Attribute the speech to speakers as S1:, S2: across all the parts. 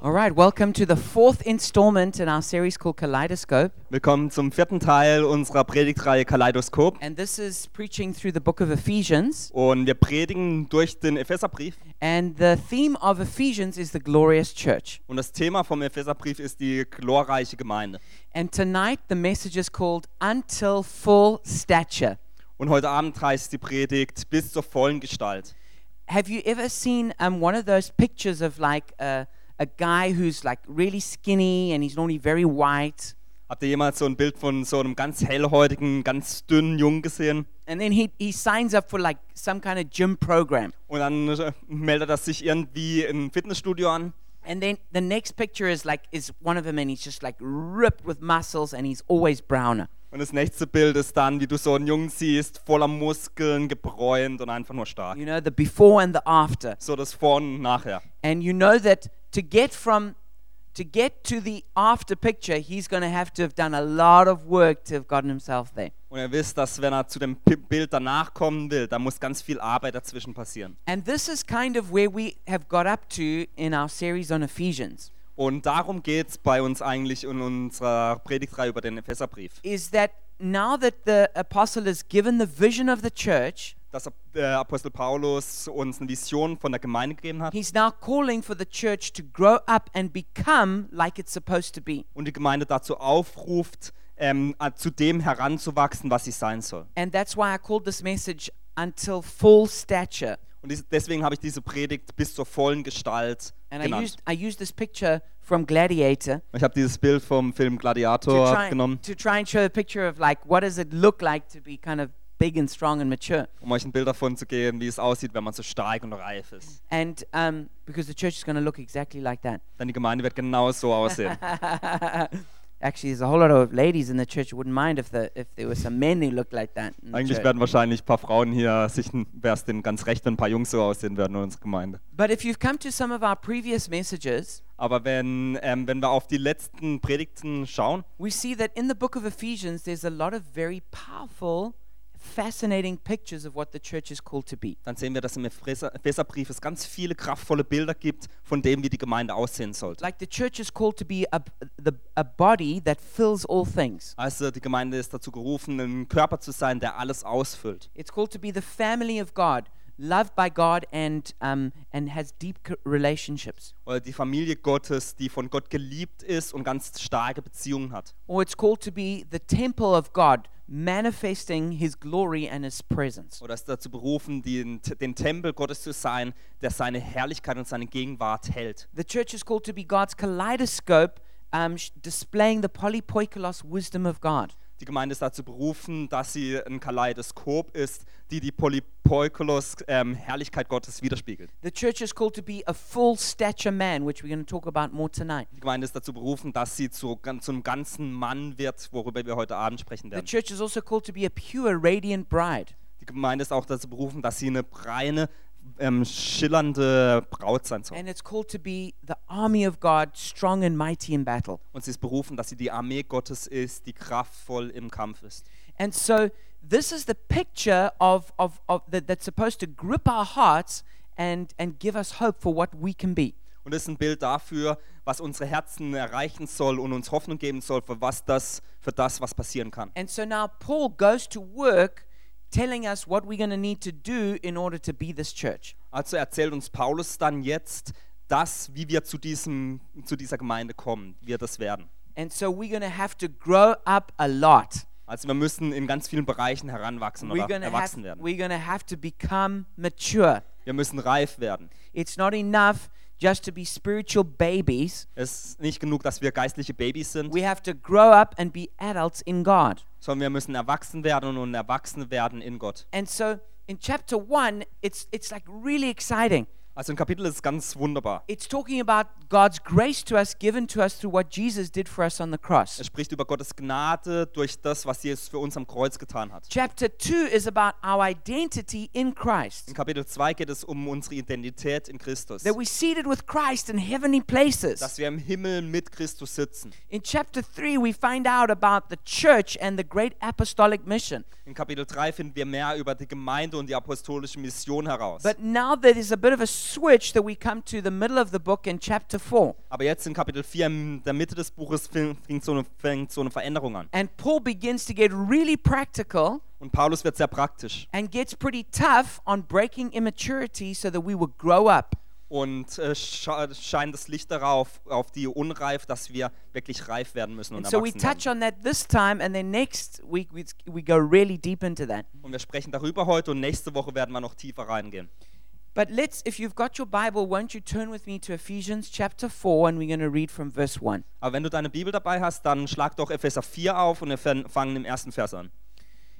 S1: All right, welcome to the fourth installment in our series called Kaleidoscope.
S2: Willkommen zum vierten Teil unserer Predigtreihe Kaleidoskop.
S1: And this is preaching through the book of Ephesians.
S2: Und wir predigen durch den Epheserbrief.
S1: And the theme of Ephesians is the glorious church.
S2: Und das Thema vom Epheserbrief ist die glorreiche Gemeinde.
S1: And tonight the message is called Until Full Stature.
S2: Und heute Abend heißt die Predigt bis zur vollen Gestalt.
S1: Have you ever seen um, one of those pictures of like a, a guy who's like really skinny and he's normally very white?
S2: Habt ihr jemals so ein Bild von so einem ganz hellhäutigen, ganz dünnen Jungen gesehen?
S1: And then he, he signs up for like some kind of gym program.
S2: Und dann äh, meldet er sich irgendwie im Fitnessstudio an.
S1: And then the next picture is like is one of him and he's just like ripped with muscles and he's always browner.
S2: Und das nächste Bild ist dann, wie du so einen Jungen siehst, voller Muskeln, gebräunt und einfach nur stark.
S1: You know, the before and the after.
S2: So das Vor und Nachher.
S1: And you know that to get from to get to the after picture, he's going to have to have done a lot of work to have gotten himself there.
S2: Und er wisst, dass wenn er zu dem P Bild danach kommen will, da muss ganz viel Arbeit dazwischen passieren.
S1: And this is kind of where we have got up to in our series on Ephesians
S2: Und darum geht es bei uns eigentlich in unserer Predigtreihe über den Epheserbrief.
S1: is that now that the apostle is given the vision of the church,
S2: Dass äh, Apostel Paulus uns eine Vision von der Gemeinde gegeben hat
S1: he's now calling for the church to grow up and become like it's supposed to be.
S2: und die Gemeinde dazu aufruft, ähm, äh, zu dem heranzuwachsen, was sie sein soll.
S1: And that's why I called this message until full stature.
S2: Und dies, deswegen habe ich diese Predigt bis zur vollen Gestalt
S1: And I
S2: genannt.
S1: used I used this picture from Gladiator
S2: Ich habe dieses Bild vom Film
S1: to
S2: Gladiator
S1: try,
S2: genommen,
S1: to try and show a picture of like what does it look like to be kind of big and strong and mature.
S2: um euch ein Bild davon zu geben, wie es aussieht, wenn man so stark und reif ist.
S1: And um, because the church is going to look exactly like that.
S2: Denn die Gemeinde wird genau so aussehen.
S1: Actually, there's a whole lot of ladies in the church who wouldn't mind if the if there were some men who looked like that. in the
S2: Eigentlich
S1: church.
S2: werden wahrscheinlich ein paar Frauen hier, wäre es denn ganz recht, wenn ein paar Jungs so aussehen würden in unserer Gemeinde.
S1: But if you've come to some of our previous messages,
S2: Aber wenn, ähm, wenn wir auf die letzten Predigten schauen,
S1: we see that in the book of Ephesians, there's a lot of very powerful, fascinating pictures of what the church is called to be.
S2: dann sehen wir, dass im Epheser- Epheserbrief es ganz viele kraftvolle Bilder gibt, von dem, wie die Gemeinde aussehen sollte.
S1: Like the church is called to be a, the, a body that fills all things.
S2: Also die Gemeinde ist dazu gerufen, ein Körper zu sein, der alles ausfüllt.
S1: It's called to be the family of God, loved by God and, um, and has deep co- relationships.
S2: Oder die Familie Gottes, die von Gott geliebt ist und ganz starke Beziehungen hat.
S1: Or it's called to be the temple of God, manifesting his glory and his presence.
S2: Oder ist dazu berufen, den, den Tempel Gottes zu sein, der seine Herrlichkeit und seine Gegenwart hält.
S1: The church is called to be God's kaleidoscope, um, sh- displaying the polypoikolos wisdom of God.
S2: Die Gemeinde ist dazu berufen, dass sie ein Kaleidoskop ist, die die Polypoikulos ähm, Herrlichkeit Gottes widerspiegelt.
S1: The church is called to be a full stature man, which we're going to talk about more tonight.
S2: Die Gemeinde ist dazu berufen, dass sie zu, gan- zum ganzen Mann wird, worüber wir heute Abend sprechen
S1: The
S2: werden.
S1: church is also called to be a pure, radiant bride.
S2: Die Gemeinde ist auch dazu berufen, dass sie eine reine, ähm, schillernde Braut sein soll.
S1: And it's called to be the army of God, strong and mighty in battle.
S2: Und sie ist berufen, dass sie die Armee Gottes ist, die kraftvoll im Kampf ist.
S1: And so this is the picture of, of, of that, that's supposed to grip our hearts and, and give us hope for what we can be.
S2: Und das ist ein Bild dafür, was unsere Herzen erreichen soll und uns Hoffnung geben soll für was das, für das, was passieren kann.
S1: And so now Paul goes to work telling us what we're going to need to do in order to be this church.
S2: Also erzählt uns Paulus dann jetzt das, wie wir zu, diesem, zu dieser Gemeinde kommen, wie wir das werden.
S1: And so we're going to have to grow up a lot.
S2: Also wir müssen in ganz vielen Bereichen heranwachsen
S1: we're
S2: oder
S1: gonna
S2: erwachsen
S1: have,
S2: er, werden.
S1: we're gonna have to become mature.
S2: Wir müssen reif werden.
S1: It's not enough just to be spiritual babies.
S2: Es ist nicht genug, dass wir geistliche Babys sind,
S1: We have to grow up and be adults in God.
S2: sondern wir müssen erwachsen werden und erwachsen werden in Gott.
S1: And so in chapter one, it's it's like really exciting.
S2: Also ein Kapitel ist ganz wunderbar.
S1: It's talking about God's grace to us, given to us through what Jesus did for us on the cross.
S2: Es spricht über Gottes Gnade durch das, was Jesus für uns am Kreuz getan hat.
S1: Chapter two is about our identity in
S2: In
S1: Christ.
S2: Kapitel 2 geht es um unsere Identität in Christus.
S1: That we're seated with Christ in heavenly
S2: Dass
S1: places.
S2: wir im Himmel mit Christus sitzen.
S1: In chapter 3, we find out about the church and the great apostolic mission.
S2: In Kapitel 3 finden wir mehr über die Gemeinde und die apostolische Mission heraus.
S1: But now that there's a bit of a switch that we come to the middle of the book in chapter 4.
S2: Aber jetzt in Kapitel 4, in der Mitte des Buches, fing- fängt so eine, fängt so eine Veränderung an.
S1: And Paul begins to get really practical
S2: Und Paulus wird sehr praktisch
S1: and gets pretty tough on breaking immaturity so that we will grow up.
S2: und äh, scha- scheint das Licht darauf, auf die Unreif, dass wir wirklich reif werden müssen und
S1: And so we
S2: erwachsen
S1: touch
S2: werden.
S1: on that this time, and then next week we, we go really deep into that.
S2: Und wir sprechen darüber heute und nächste Woche werden wir noch tiefer reingehen.
S1: But let's, if you've got your Bible, won't you turn with me to Ephesians chapter 4, and we're going to read from verse 1.
S2: Aber wenn du deine Bibel dabei hast, dann schlag doch Epheser 4 auf und wir fan- fangen im ersten Vers an.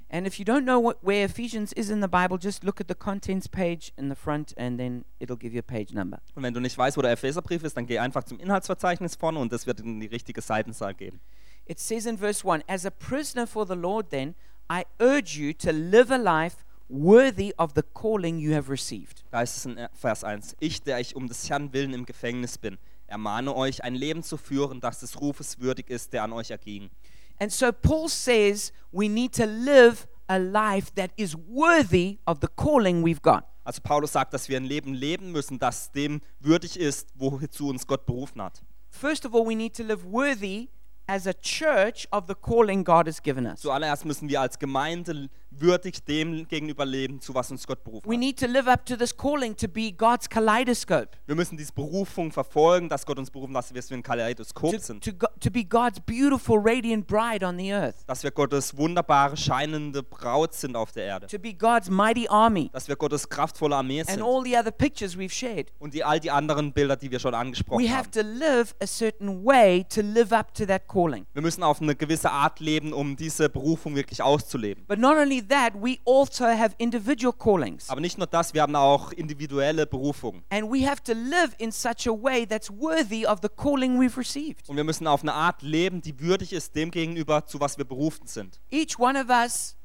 S1: And if you don't know what, where Ephesians is in the Bible, just look at the contents page in the front, and then it'll give you a page number.
S2: Und wenn du nicht weißt, wo der Epheserbrief ist, dann geh einfach zum Inhaltsverzeichnis vorne und das wird dir die richtige Seitenzahl geben.
S1: It says in verse 1 As a prisoner for the Lord, then, I urge you to live a life worthy of the calling you have received.
S2: Da ist es in Vers 1. Ich, der ich um des Herrn willen im Gefängnis bin, ermahne euch, ein Leben zu führen, das des Rufes würdig ist, der an euch erging.
S1: And so Paul says we need to live a life that is worthy of the calling we've got.
S2: Also Paulus sagt, dass wir ein Leben leben müssen, das dem würdig ist, wozu uns Gott berufen hat.
S1: First of all, we need to live worthy as a church of the calling God has given us.
S2: Zuallererst müssen wir als Gemeinde würdig dem gegenüber leben, zu was uns Gott berufen
S1: We
S2: hat.
S1: need to live up to this calling to be God's kaleidoscope,
S2: Wir müssen diese Berufung verfolgen, dass Gott uns berufen hat, dass wir ein Kaleidoskop
S1: to,
S2: sind.
S1: to, go, to be God's beautiful, radiant bride on the earth,
S2: Dass wir Gottes wunderbare, scheinende Braut sind auf der Erde.
S1: to be God's mighty army,
S2: Dass wir Gottes kraftvolle Armee
S1: and
S2: sind.
S1: all the other pictures we've shared.
S2: Und die, all die anderen Bilder, die wir schon
S1: We
S2: angesprochen haben.
S1: have to live a certain way to live up to that calling.
S2: Wir müssen auf eine gewisse Art leben, um diese Berufung wirklich auszuleben.
S1: But not only that, we also have individual callings.
S2: Aber nicht nur das, wir haben auch individuelle Berufungen.
S1: And we have to live in such a way that's worthy of the calling we've received.
S2: Und wir müssen auf eine Art leben, die würdig ist dem gegenüber, zu was wir berufen sind.
S1: Each one of us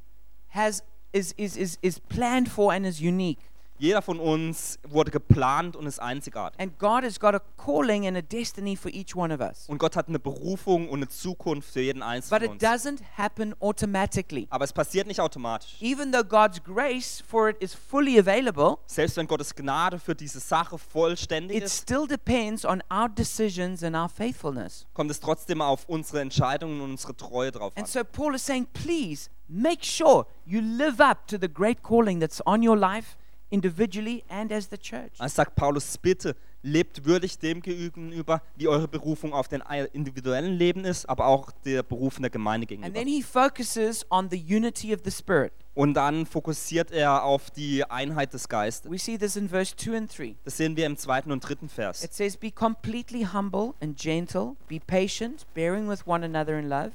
S1: has is, is, is, is planned for and is unique.
S2: Jeder von uns wurde geplant und ist einzigartig.
S1: And God has got a calling and a destiny for each one of us.
S2: Und Gott hat eine Berufung und eine Zukunft für jeden
S1: But
S2: Einzelnen
S1: it
S2: von uns.
S1: doesn't happen automatically.
S2: Aber es passiert nicht automatisch.
S1: Even though God's grace for it is fully available,
S2: Selbst wenn Gottes Gnade für diese Sache vollständig
S1: it
S2: ist,
S1: still depends on our decisions and our faithfulness.
S2: kommt es trotzdem auf unsere Entscheidungen und unsere Treue drauf an.
S1: And so Paul is saying, please make sure you live up to the great calling that's on your life individually and as the church.
S2: Also sagt Paulus, bitte lebt würdig dem gegenüber, wie eure Berufung auf den ei- individuellen Leben ist, aber auch der Berufung der Gemeinde
S1: And
S2: gegenüber.
S1: then he focuses on the unity of the Spirit.
S2: Und dann fokussiert er auf die Einheit des Geistes.
S1: We see this in verse 2 and 3.
S2: Das sehen wir im zweiten und dritten Vers.
S1: It says, Be completely humble and gentle, be patient, bearing with one another in love.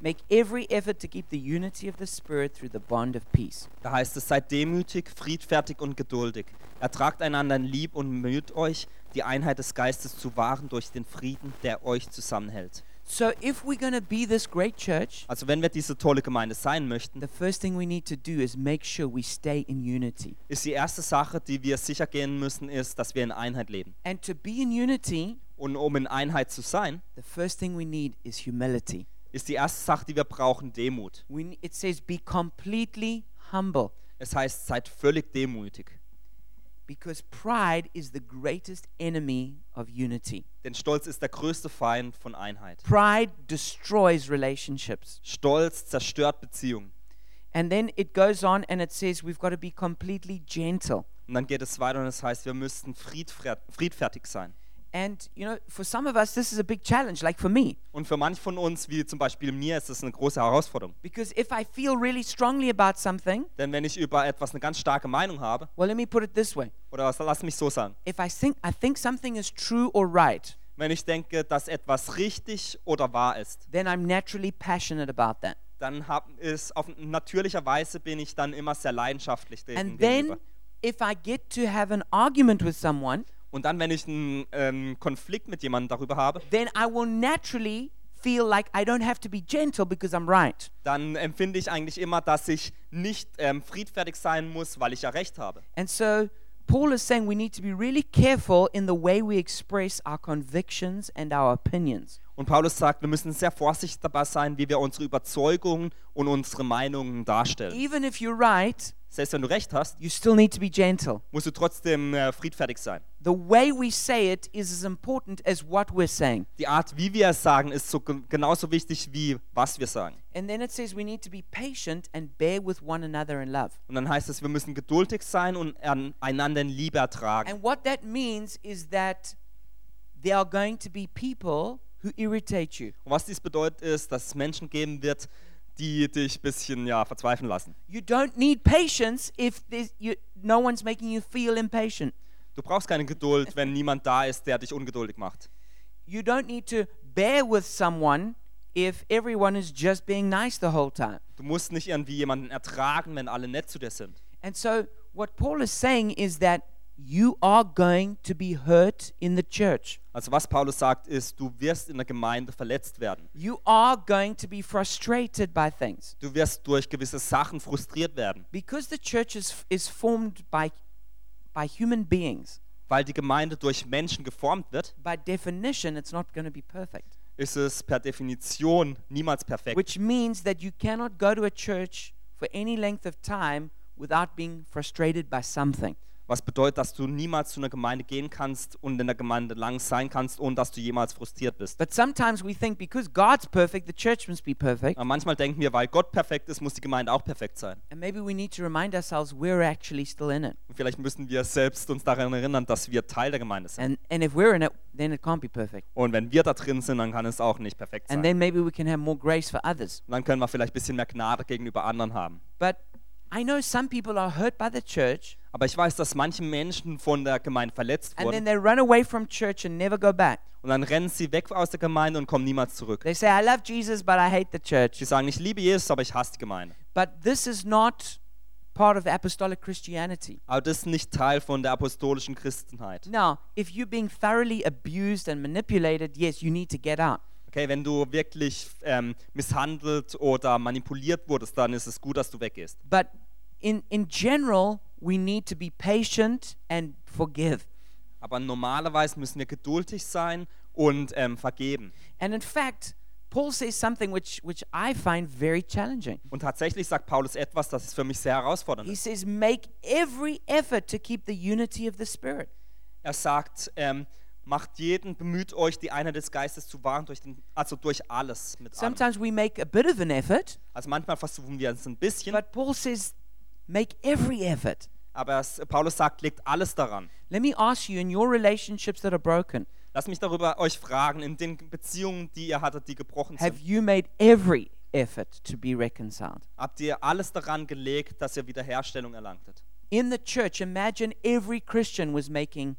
S1: Make every effort to keep the unity of the Spirit through the bond of peace.
S2: Da heißt es, seid demütig, friedfertig und geduldig. Ertragt einander in lieb und bemüht euch, die Einheit des Geistes zu wahren durch den Frieden, der euch zusammenhält.
S1: So, if we're going to be this great church,
S2: Also wenn wir diese tolle Gemeinde sein möchten,
S1: the first thing we need to do is make sure we stay in unity.
S2: ist die erste Sache, die wir sicher gehen müssen, ist, dass wir in Einheit leben.
S1: And to be in unity,
S2: Und um in Einheit zu sein,
S1: The first thing we need is humility.
S2: ist die erste Sache, die wir brauchen, Demut.
S1: We, ne- it says, be completely humble
S2: Es heißt, seid völlig demütig.
S1: because pride is the greatest enemy of unity.
S2: Denn Stolz ist der größte Feind von Einheit.
S1: Pride destroys relationships.
S2: Stolz zerstört Beziehungen.
S1: And then it goes on and it says, we've got to be completely gentle.
S2: Und dann geht es weiter und es heißt, wir müssten friedfer- friedfertig sein.
S1: And, you know, for some of us, this is a big challenge, like for me,
S2: Und für manche von uns, wie zum Beispiel mir, ist das eine große Herausforderung.
S1: because if I feel really strongly about something,
S2: Denn wenn ich über etwas eine ganz starke Meinung habe,
S1: well, let me put it this way.
S2: oder was, lass mich so sagen,
S1: If I think, I think something is true or right,
S2: wenn ich denke, dass etwas richtig oder wahr ist,
S1: then I'm naturally passionate about that.
S2: dann hab, ist auf natürlicher Weise bin ich dann immer sehr leidenschaftlich dem
S1: And
S2: gegenüber.
S1: then if I get to have an argument with someone,
S2: Und dann, wenn ich einen ähm, Konflikt mit jemandem darüber habe,
S1: then I will naturally feel like I don't have to be gentle because I'm right.
S2: dann empfinde ich eigentlich immer, dass ich nicht ähm, friedfertig sein muss, weil ich ja recht habe.
S1: And so Paul is saying we need to be really careful in the way we express our convictions and our opinions.
S2: Und Paulus sagt, wir müssen sehr vorsichtig dabei sein, wie wir unsere Überzeugungen und unsere Meinungen darstellen.
S1: Even if you're right,
S2: Selbst wenn du recht hast,
S1: you still need to be gentle.
S2: musst du trotzdem äh, friedfertig sein.
S1: The way we say it is as important as what we're saying.
S2: Die Art, wie wir es sagen, ist so gen- genauso wichtig wie was wir sagen.
S1: And then it says we need to be patient and bear with one another in love.
S2: Und dann heißt es, wir müssen geduldig sein und an- einander in Liebe ertragen.
S1: And what that means is that there are going to be people who irritate you.
S2: Und was dies bedeutet, ist, dass es Menschen geben wird, die dich ein bisschen ja, verzweifeln lassen.
S1: You don't need patience if there's- you, no one's making you feel impatient.
S2: Du brauchst keine Geduld, wenn niemand da ist, der dich ungeduldig macht.
S1: You don't need to bear with someone if everyone is just being nice the whole time.
S2: Du musst nicht irgendwie jemanden ertragen, wenn alle nett zu dir sind.
S1: And so, what Paul is saying is that you are going to be hurt in the church.
S2: Also was Paulus sagt, ist, du wirst in der Gemeinde verletzt werden.
S1: You are going to be frustrated by things.
S2: Du wirst durch gewisse Sachen frustriert werden,
S1: Because the church is, is formed by, by human beings,
S2: weil die Gemeinde durch Menschen geformt wird.
S1: by definition, it's not going to be perfect.
S2: Ist es per Definition niemals perfekt.
S1: Which means that you cannot go to a church for any length of time without being frustrated by something.
S2: Was bedeutet, dass du niemals zu einer Gemeinde gehen kannst und in der Gemeinde lang sein kannst, ohne dass du jemals frustriert bist.
S1: But sometimes we think because God's perfect, the church must be perfect.
S2: Aber manchmal denken wir, weil Gott perfekt ist, muss die Gemeinde auch perfekt sein.
S1: And maybe we need to remind ourselves we're actually still in it.
S2: Und vielleicht müssen wir selbst uns daran erinnern, dass wir Teil der Gemeinde sind.
S1: And, and if we're in it, then it can't be perfect.
S2: Und wenn wir da drin sind, dann kann es auch nicht perfekt sein.
S1: And then maybe we can have more grace for others.
S2: Und dann können wir vielleicht ein bisschen mehr Gnade gegenüber anderen haben.
S1: But I know some people are hurt by the church
S2: Aber ich weiß, dass manche Menschen von der Gemeinde verletzt
S1: and then
S2: wurden
S1: they run away from church and never go back.
S2: und dann rennen sie weg aus der Gemeinde und kommen niemals zurück.
S1: They say, I love Jesus, but I hate the church.
S2: Sie sagen, ich liebe Jesus, aber ich hasse die Gemeinde.
S1: But this is not part of apostolic Christianity.
S2: Aber das ist nicht Teil von der apostolischen Christenheit.
S1: Now, if you're being thoroughly abused and manipulated, yes, you need to get out.
S2: Okay, wenn du wirklich ähm, misshandelt oder manipuliert wurdest, dann ist es gut, dass du weggehst.
S1: But in, in general, we need to be patient and forgive.
S2: Aber normalerweise müssen wir geduldig sein und ähm, vergeben.
S1: And in fact, Paul says something which, which I find very challenging.
S2: Und tatsächlich sagt Paulus etwas, das ist für mich sehr herausfordernd.
S1: He
S2: Ist.
S1: says, Make every effort to keep the unity of the Spirit.
S2: Er sagt, ähm, macht jeden, bemüht euch, die Einheit des Geistes zu wahren, durch den, also durch alles mit allem.
S1: Sometimes we make a bit of an effort,
S2: Also manchmal versuchen wir es ein bisschen,
S1: but Paul says, Make every effort.
S2: aber es, Paulus sagt, legt alles daran.
S1: Let me ask you in your relationships that are broken,
S2: Lasst mich darüber euch fragen, in den Beziehungen, die ihr hattet, die gebrochen
S1: have
S2: sind,
S1: you made every effort to be reconciled?
S2: habt ihr alles daran gelegt, dass ihr Wiederherstellung erlangtet?
S1: In the church, imagine every Christian was making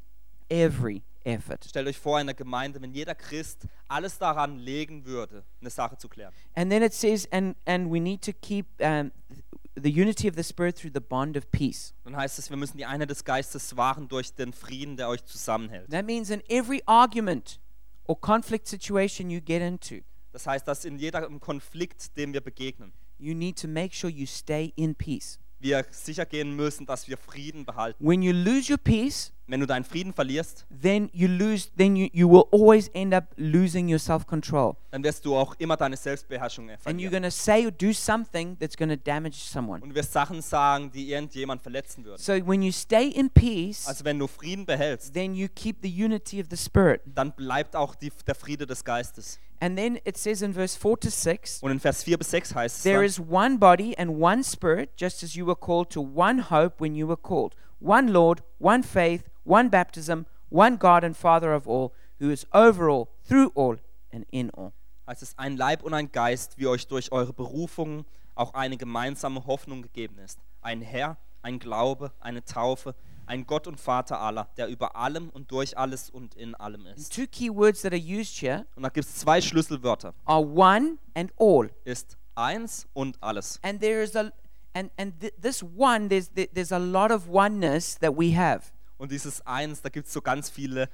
S1: every effort.
S2: Stellt euch vor, in der Gemeinde, wenn jeder Christ alles daran legen würde, eine Sache zu klären.
S1: And then it says, and, and we need to keep um, the unity of the Spirit through the bond of peace.
S2: Dann heißt es, wir müssen die Einheit des Geistes wahren durch den Frieden, der euch zusammenhält.
S1: That means in every argument or conflict situation you get into,
S2: Das heißt, dass in jedem Konflikt, dem wir begegnen,
S1: you need to make sure you stay in peace.
S2: wir sicher gehen müssen, dass wir Frieden behalten.
S1: When you lose your peace,
S2: Wenn du deinen Frieden verlierst,
S1: then you lose then you, you will always end up losing your self-control.
S2: dann wirst du auch immer deine Selbstbeherrschung äh,
S1: And you're
S2: verlieren.
S1: going to say or do something that's going to damage someone.
S2: Und du wirst Sachen sagen, die irgendjemand verletzen würden.
S1: So when you stay in peace,
S2: Also wenn du Frieden behältst,
S1: then you keep the unity of the spirit.
S2: dann bleibt auch die, der Friede des Geistes.
S1: And then it says in verse 4 to 6,
S2: Und in Vers 4 bis 6 heißt es,
S1: There
S2: dann,
S1: is one body and one spirit, just as you were called to one hope when you were called. One Lord, one faith, one baptism, one God and Father of all, who is over all, through all, and in all.
S2: heißt es, ein Leib und ein Geist, wie euch durch eure Berufung auch eine gemeinsame Hoffnung gegeben ist. Ein Herr, ein Glaube, eine Taufe, ein Gott und Vater aller, der über allem und durch alles und in allem ist.
S1: Two key words that are used here
S2: Und da gibt es zwei Schlüsselwörter,
S1: are one and all.
S2: ist eins und alles.
S1: And there is a and and th- this one there's th- there's a lot of oneness that we have.
S2: Und dieses eins, da gibt es so ganz viele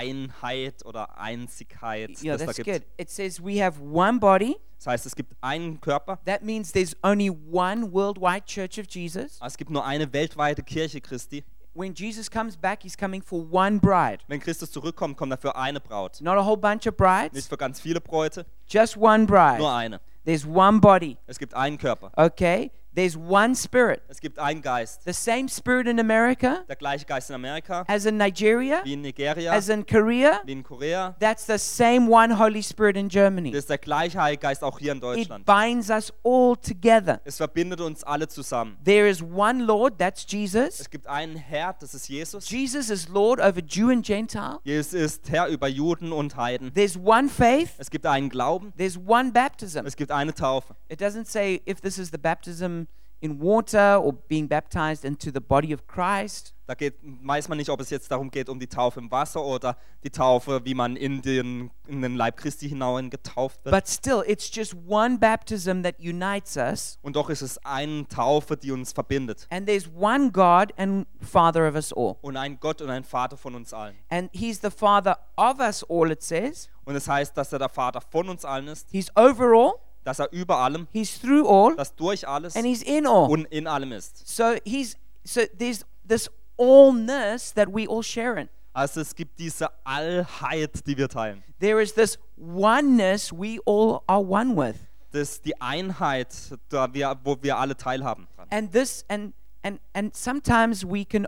S2: Einheit oder Einzigkeit,
S1: Yeah,
S2: das
S1: that's
S2: da gibt.
S1: good. It says we have one body.
S2: Das heißt, es gibt einen Körper,
S1: That means there's only one worldwide church of Jesus.
S2: aber es gibt nur eine weltweite Kirche Christi.
S1: When Jesus comes back, he's coming for one bride.
S2: Wenn Christus zurückkommt, kommt dafür eine Braut.
S1: Not a whole bunch of
S2: Nicht
S1: brides,
S2: für ganz viele Bräute,
S1: just one bride.
S2: nur eine.
S1: There's one body.
S2: Es gibt einen Körper.
S1: Okay? There's one Spirit.
S2: Es gibt einen Geist.
S1: The same Spirit in America
S2: Der gleiche Geist in Amerika,
S1: as in Nigeria,
S2: wie in Nigeria,
S1: as in Korea.
S2: wie in Korea.
S1: That's the same one Holy Spirit in Germany.
S2: Das ist der gleiche Heilige Geist auch hier in
S1: It
S2: Deutschland.
S1: binds us all together.
S2: Es verbindet uns alle zusammen.
S1: There is one Lord, that's Jesus.
S2: Es gibt einen Herr, das ist Jesus.
S1: Jesus is Lord over Jew and Gentile.
S2: Jesus ist Herr über Juden und Heiden.
S1: There's one faith,
S2: Es gibt einen Glauben,
S1: there's one baptism.
S2: es gibt eine Taufe.
S1: It doesn't say if this is the baptism in water or being baptized into the body of Christ.
S2: Da geht, weiß man nicht, ob es jetzt darum geht, um die Taufe im Wasser oder die Taufe, wie man in den, in den Leib Christi hinein getauft wird.
S1: But still, it's just one baptism that unites us,
S2: Und doch ist es eine Taufe, die uns verbindet.
S1: and there's one God and Father of us all.
S2: Und ein Gott und ein Vater von uns allen.
S1: And He's the Father of us all, it says.
S2: Und es das heißt, dass er der Vater von uns allen ist,
S1: He's over all,
S2: dass er über allem,
S1: He's through all,
S2: dass durch alles
S1: and He's in all.
S2: und in allem ist.
S1: So He's so there's this allness that we all share in.
S2: Also es gibt diese Allheit, die wir teilen.
S1: There is this oneness we all are one with.
S2: Das ist die Einheit, da wir, wo wir alle teilhaben. Dran.
S1: and this and and and sometimes we can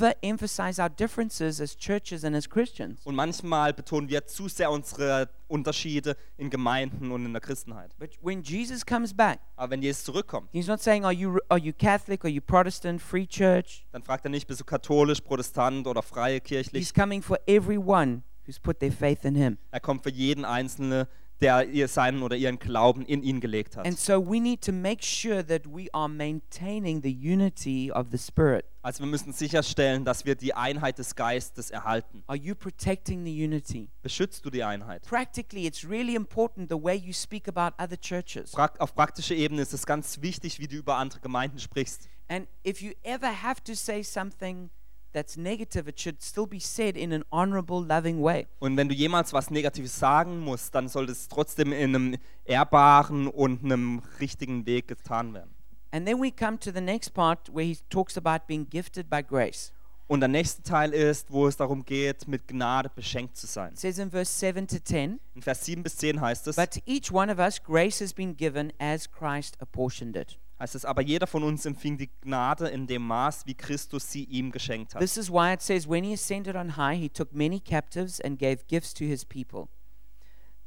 S1: overemphasize our differences as churches and as Christians.
S2: Und manchmal betonen wir zu sehr unsere Unterschiede in Gemeinden und in der Christenheit.
S1: But when Jesus comes back,
S2: Aber wenn Jesus zurückkommt,
S1: he's not saying, "Are you are you Catholic? Are you Protestant? Free Church?"
S2: dann fragt er nicht, bist du katholisch, protestant oder freie
S1: He's
S2: kirchlich.
S1: coming for everyone who's put their faith in Him.
S2: Er kommt für jeden Einzelnen, der ihr seinen oder ihren Glauben in ihn gelegt hat.
S1: And so we need to make sure that we are maintaining the unity of the Spirit.
S2: Also wir müssen sicherstellen, dass wir die Einheit des Geistes erhalten.
S1: Are you protecting the unity?
S2: Beschützt du die Einheit?
S1: Practically, it's really important the way you speak about other churches.
S2: Prak- Auf praktischer Ebene ist es ganz wichtig, wie du über andere Gemeinden sprichst.
S1: And if you ever have to say something that's negative, it should still be said in an honorable, loving way.
S2: Und wenn du jemals was Negatives sagen musst, dann sollte es trotzdem in einem ehrbaren und einem richtigen Weg getan werden.
S1: And then we come to the next part where he talks about being gifted by grace.
S2: Und der nächste Teil ist, wo es darum geht, mit Gnade beschenkt zu sein.
S1: It says in verse 7 to 10
S2: In Vers 7 bis 10 heißt es,
S1: But to each one of us, grace has been given as Christ apportioned it.
S2: heißt es, aber jeder von uns empfing die Gnade in dem Maß, wie Christus sie ihm geschenkt hat.
S1: This is why it says, When he ascended on high, he took many captives and gave gifts to his people.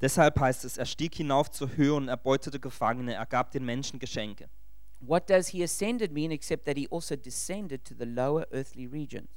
S2: Deshalb heißt es, er stieg hinauf zur Höhe und erbeutete Gefangene, er gab den Menschen Geschenke.
S1: What does he ascended mean except that he also descended to the lower earthly regions?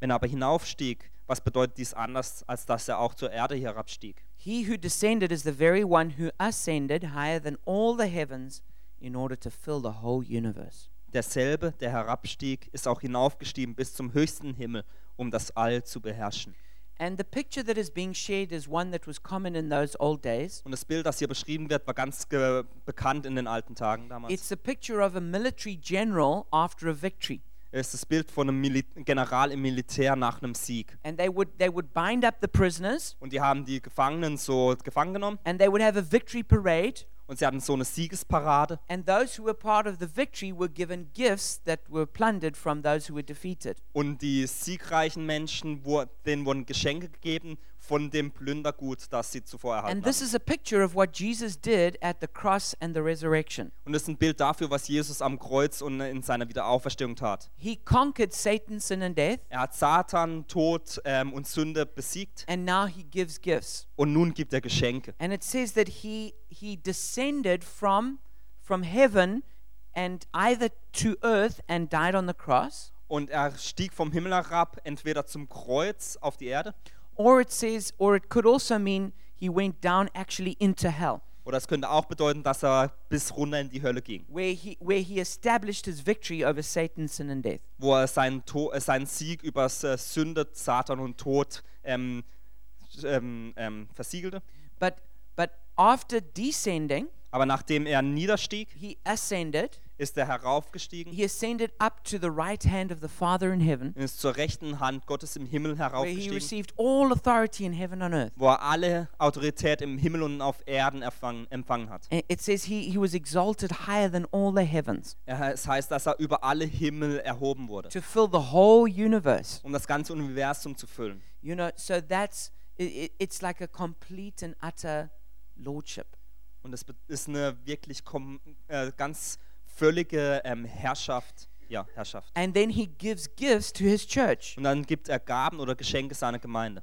S2: Wenn er aber hinaufstieg, was bedeutet dies anders, als dass er auch zur Erde herabstieg?
S1: He who descended is the very one who ascended higher than all the heavens in order to fill the whole universe.
S2: Derselbe, der herabstieg, ist auch hinaufgestiegen bis zum höchsten Himmel, um das All zu beherrschen.
S1: And the picture that is being shared is one that was common in those old days.
S2: Und das Bild, das hier beschrieben wird, war ganz ge- bekannt in den alten Tagen damals.
S1: It's a picture of a military general after a victory.
S2: es ist das Bild von einem Mili General im Militär nach einem Sieg.
S1: And they would, they would bind up the prisoners
S2: Und die haben die Gefangenen so gefangen genommen
S1: and they would have a victory parade.
S2: und sie hatten so eine Siegesparade.
S1: And those who were part of the victory were given gifts that were plundered from those who were defeated.
S2: Und die siegreichen Menschen, wo, denen wurden Geschenke gegeben von dem Plündergut, das sie zuvor erhalten
S1: And this
S2: haben.
S1: is a picture of what Jesus did at the cross and the resurrection.
S2: Und das ist ein Bild dafür, was Jesus am Kreuz und in seiner Wiederauferstehung tat.
S1: He conquered Satan, sin, and death.
S2: Er hat Satan, Tod ähm, und Sünde besiegt
S1: and now he gives gifts
S2: und nun gibt er Geschenke.
S1: and it says that he he descended from from heaven and either to earth and died on the cross
S2: Und er stieg vom Himmel herab, entweder zum Kreuz auf die Erde
S1: or it says or it could also mean he went down actually into hell
S2: oder es könnte auch bedeuten, dass er bis runter in die Hölle ging,
S1: where he where he established his victory over Satan sin and death
S2: wo er seinen, to äh, seinen Sieg über S- äh, Sünde, Satan und Tod ähm, sch- ähm, ähm, versiegelte.
S1: but but after descending
S2: Aber nachdem er niederstieg,
S1: he ascended
S2: ist er heraufgestiegen
S1: he ascended up to the right hand of the father in heaven
S2: und ist zur rechten Hand Gottes im Himmel
S1: where he
S2: heraufgestiegen.
S1: received all authority in heaven and earth
S2: wo er alle Autorität im Himmel und auf Erden erfangen, empfangen hat.
S1: And it says he, he was exalted higher than all the heavens
S2: Er- Es heißt, dass er über alle Himmel erhoben wurde,
S1: to fill the whole universe.
S2: um das ganze Universum zu füllen.
S1: You know, so that's it, it's like a complete and utter lordship.
S2: Und das be- ist eine wirklich kom äh, ganz völlige ähm, Herrschaft, ja, Herrschaft.
S1: And then he gives gifts to his church.
S2: Und dann gibt er Gaben oder Geschenke seiner Gemeinde.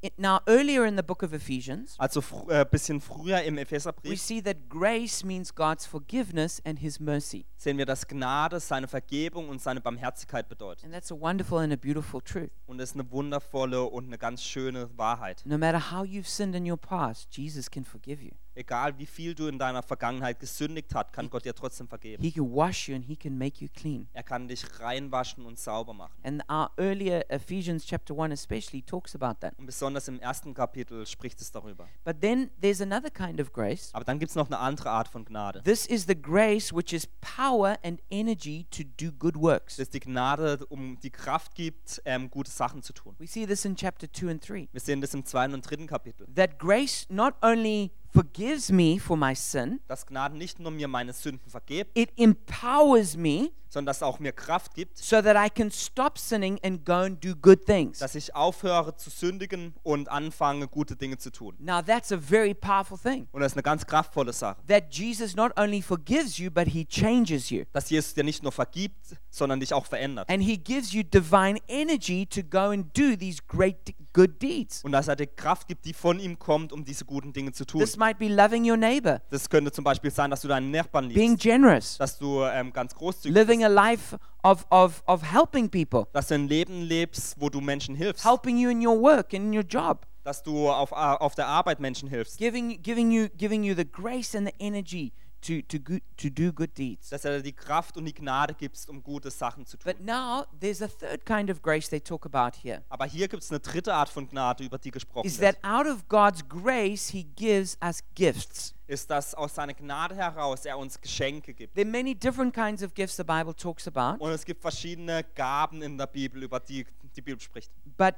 S1: It- now, earlier in the book of Ephesians,
S2: Also fr äh, bisschen früher im
S1: we
S2: Epheserbrief
S1: see that grace means God's forgiveness and his mercy.
S2: sehen wir, dass Gnade seine Vergebung und seine Barmherzigkeit bedeutet.
S1: And that's a wonderful and a beautiful truth.
S2: Und das ist eine wundervolle und eine ganz schöne Wahrheit.
S1: No matter how you've sinned in your past, Jesus can forgive you.
S2: Egal wie viel du in deiner Vergangenheit gesündigt hast, kann Gott dir trotzdem vergeben.
S1: He can wash you and he can make you clean.
S2: Er kann dich reinwaschen und sauber machen.
S1: And our earlier Ephesians chapter 1 especially talks about that.
S2: Und besonders im ersten Kapitel spricht es darüber.
S1: But then there's another kind of grace.
S2: Aber dann gibt es noch eine andere Art von Gnade.
S1: This is the grace which is power and energy to do good works.
S2: Dass die Gnade um die Kraft gibt, ähm, gute Sachen zu tun.
S1: We see this in chapter 2 and 3.
S2: Wir sehen das im zweiten und dritten Kapitel.
S1: That grace not only forgives me for my sin,
S2: Dass Gnade nicht nur mir meine Sünden vergibt,
S1: it empowers me
S2: sondern dass auch mir Kraft gibt,
S1: so that I can stop sinning and go and do good things.
S2: dass ich aufhöre zu sündigen und anfange, gute Dinge zu tun.
S1: Now, that's a very powerful thing.
S2: Und das ist eine ganz kraftvolle Sache,
S1: That Jesus not only forgives you, but he changes you.
S2: dass Jesus dir nicht nur vergibt, sondern dich auch verändert.
S1: And he gives you divine energy to go and do these great d- good deeds.
S2: Und dass er dir Kraft gibt, die von ihm kommt, um diese guten Dinge zu tun.
S1: This might be loving your neighbor,
S2: Das könnte zum Beispiel sein, dass du deinen Nachbarn
S1: being
S2: liebst,
S1: generous,
S2: dass du ähm, ganz großzügig
S1: living
S2: bist,
S1: a life of, of, of helping people,
S2: dass du ein Leben lebst, wo du Menschen hilfst,
S1: helping you in your work and in your job,
S2: dass du auf, Ar- auf der Arbeit Menschen hilfst,
S1: giving, giving, you, giving you the grace and the energy to, to, go, to do good deeds.
S2: dass er dir die Kraft und die Gnade gibst, um gute Sachen zu
S1: But
S2: tun.
S1: now there's a third kind of grace they talk about here
S2: Aber hier gibt es eine dritte Art von Gnade, über die gesprochen
S1: is
S2: wird,
S1: that out of God's grace, He gives us gifts.
S2: ist, dass aus seiner Gnade heraus er uns Geschenke gibt.
S1: There are many different kinds of gifts the Bible talks about,
S2: Und es gibt verschiedene Gaben in der Bibel, über die die Bibel spricht.
S1: but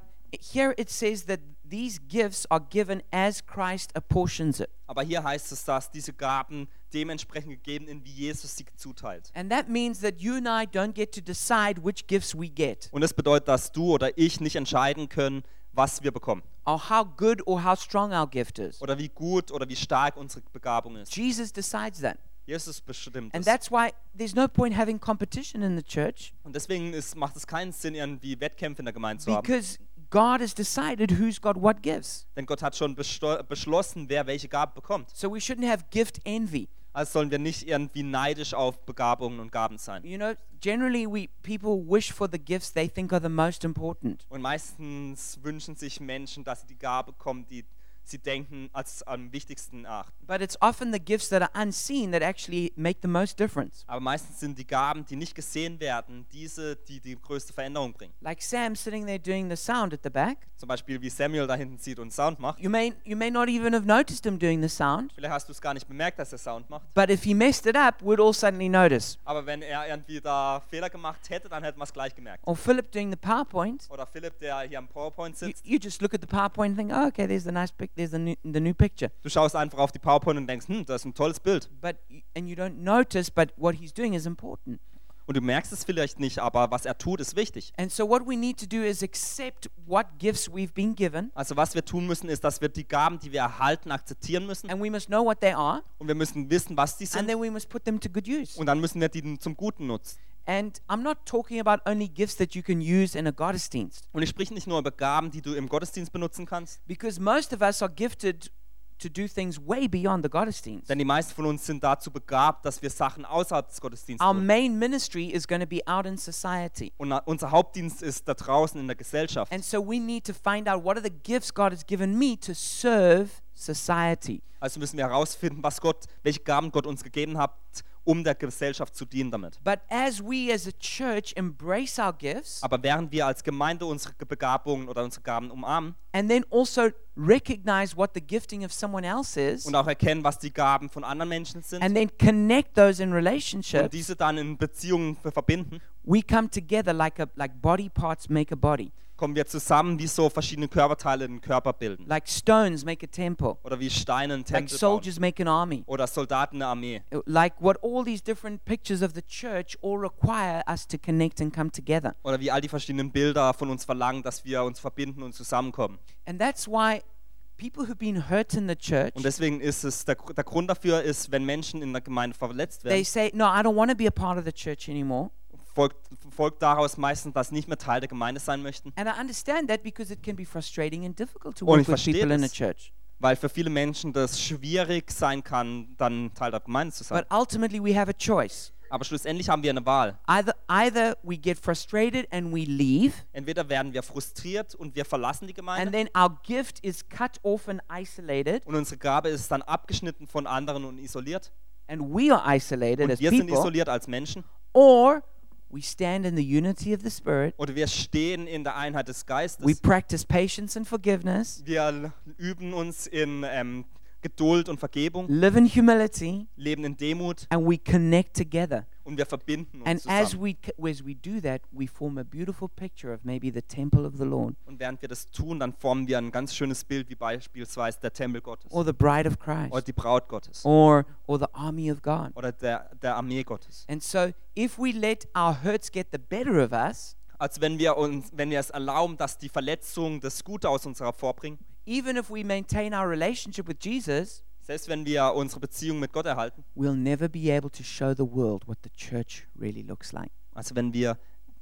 S1: here it says that these gifts are given as Christ apportions it.
S2: Aber hier heißt es, dass diese Gaben dementsprechend gegeben sind, wie Jesus sie zuteilt.
S1: And that means that you and I don't get to decide which gifts we get,
S2: Und das bedeutet, dass du oder ich nicht entscheiden können, was wir bekommen.
S1: or how good or how strong our gift is.
S2: Oder wie gut oder wie stark unsere Begabung ist.
S1: Jesus decides that.
S2: Jesus bestimmt
S1: And
S2: es.
S1: that's why there's no point having competition in the church
S2: Und deswegen ist, macht es keinen Sinn, irgendwie Wettkämpfe in der Gemeinde zu haben.
S1: because God has decided who's got what gifts.
S2: Denn Gott hat schon besto- beschlossen, wer welche Gabe bekommt.
S1: So we shouldn't have gift envy.
S2: Also sollen wir nicht irgendwie neidisch auf Begabungen und Gaben sein.
S1: You know, generally we people wish for the gifts they think are the most important.
S2: Und meistens wünschen sich Menschen, dass sie die Gabe bekommen, die sie denken, als am wichtigsten erachten.
S1: But it's often the gifts that are unseen that actually make the most difference.
S2: Aber meistens sind die Gaben, die nicht gesehen werden, diese, die die größte Veränderung bringen.
S1: Like Sam sitting there doing the sound at the back.
S2: Zum Beispiel, wie Samuel da hinten sieht und Sound macht.
S1: You may you may not even have noticed him doing the sound,
S2: Vielleicht hast du es gar nicht bemerkt, dass er Sound macht.
S1: but if he messed it up, we'd all suddenly notice.
S2: Aber wenn er irgendwie da Fehler gemacht hätte, dann hätten wir es gleich gemerkt.
S1: Or Philip doing the PowerPoint.
S2: Oder Philipp, der hier am PowerPoint
S1: You,
S2: sitzt.
S1: you just look at the PowerPoint and think, oh, okay, there's the nice pic, there's the new, the new picture.
S2: Du schaust einfach auf die PowerPoint und denkst, hm, das ist ein tolles Bild.
S1: But y- and you don't notice, but what he's doing is important.
S2: Und du merkst es vielleicht nicht, aber was er tut, ist wichtig.
S1: And so what we need to do is accept what gifts we've been given,
S2: Also was wir tun müssen, ist, dass wir die Gaben, die wir erhalten, akzeptieren müssen.
S1: and we must know what they are,
S2: und wir müssen wissen, was die
S1: and
S2: sind
S1: then we must put them to good use.
S2: und dann müssen wir die zum Guten nutzen.
S1: And I'm not talking about only gifts that you can use in a Gottesdienst,
S2: Und ich spreche nicht nur über Gaben, die du im Gottesdienst benutzen kannst,
S1: because most of us are gifted to do things way beyond the Gottesdienst.
S2: denn die meisten von uns sind dazu begabt, dass wir Sachen außerhalb des Gottesdienstes
S1: Our
S2: tun.
S1: main ministry is going to be out in society.
S2: Und na- unser Hauptdienst ist da draußen in der Gesellschaft.
S1: And so we need to find out what are the gifts God has given me to serve society.
S2: Also müssen wir herausfinden, was Gott, welche Gaben Gott uns gegeben hat, um der Gesellschaft zu dienen damit.
S1: But as we as a church embrace our gifts
S2: Aber während wir als Gemeinde unsere Begabungen oder unsere Gaben umarmen
S1: and then also recognize what the gifting of someone else is
S2: und auch erkennen, was die Gaben von anderen Menschen sind
S1: and then connect those in
S2: und
S1: relationships,
S2: diese dann in Beziehungen ver- verbinden,
S1: we come together like a like body parts make a body.
S2: kommen wir zusammen, wie so verschiedene Körperteile den Körper bilden.
S1: like stones make a temple,
S2: oder wie Steine einen
S1: like
S2: Tempel bauen
S1: soldiers make an army,
S2: oder Soldaten eine Armee.
S1: Uh, like what all these different pictures of the church all require us to connect and come together.
S2: Oder wie all die verschiedenen Bilder von uns verlangen, dass wir uns verbinden und zusammenkommen.
S1: And that's why People who've been hurt in the church,
S2: Und deswegen ist es, der, Gr- der Grund dafür ist, wenn Menschen in der Gemeinde verletzt
S1: they
S2: werden,
S1: say, No, I don't want to be a part of the church anymore.
S2: folgt, folgt daraus meistens, dass sie nicht mehr Teil der Gemeinde sein möchten.
S1: And I understand that because it can be frustrating and difficult to
S2: Und
S1: work
S2: ich
S1: with
S2: verstehe
S1: people in a
S2: das.
S1: church.
S2: Weil für viele Menschen das schwierig sein kann, dann Teil der Gemeinde zu sein.
S1: But ultimately, we have a choice.
S2: Aber schlussendlich haben wir eine Wahl.
S1: Either, either we get frustrated and we leave,
S2: Entweder werden wir frustriert und wir verlassen die
S1: and
S2: Gemeinde
S1: then our gift is cut off and isolated,
S2: und unsere Gabe ist dann abgeschnitten von anderen und isoliert.
S1: and we are isolated
S2: Und
S1: as
S2: wir sind
S1: people,
S2: isoliert als Menschen.
S1: or we stand in the unity of the Spirit,
S2: Oder wir stehen in der Einheit des
S1: we
S2: Geistes.
S1: practice patience and forgiveness,
S2: Wir l- üben uns in ähm, Geduld und Vergebung,
S1: live in humility,
S2: leben in Demut
S1: and we connect together.
S2: und wir verbinden
S1: And
S2: uns
S1: as
S2: zusammen.
S1: we, c- as we do that, we form a beautiful picture of maybe the temple of the Lord
S2: Und während wir das tun, dann formen wir ein ganz schönes Bild, wie beispielsweise der Tempel Gottes
S1: or the bride of
S2: oder
S1: Christ
S2: die Braut Gottes
S1: or, or the army of God.
S2: oder der, der Armee Gottes.
S1: And so, if we let our hurts get the better of us,
S2: Als wenn wir, uns, wenn wir es erlauben, dass die Verletzungen das Gute aus uns hervorbringen,
S1: even if we maintain our relationship with Jesus,
S2: selbst wenn wir unsere Beziehung mit Gott erhalten,
S1: we'll never be able to show the world what the church really looks like.
S2: also wenn wir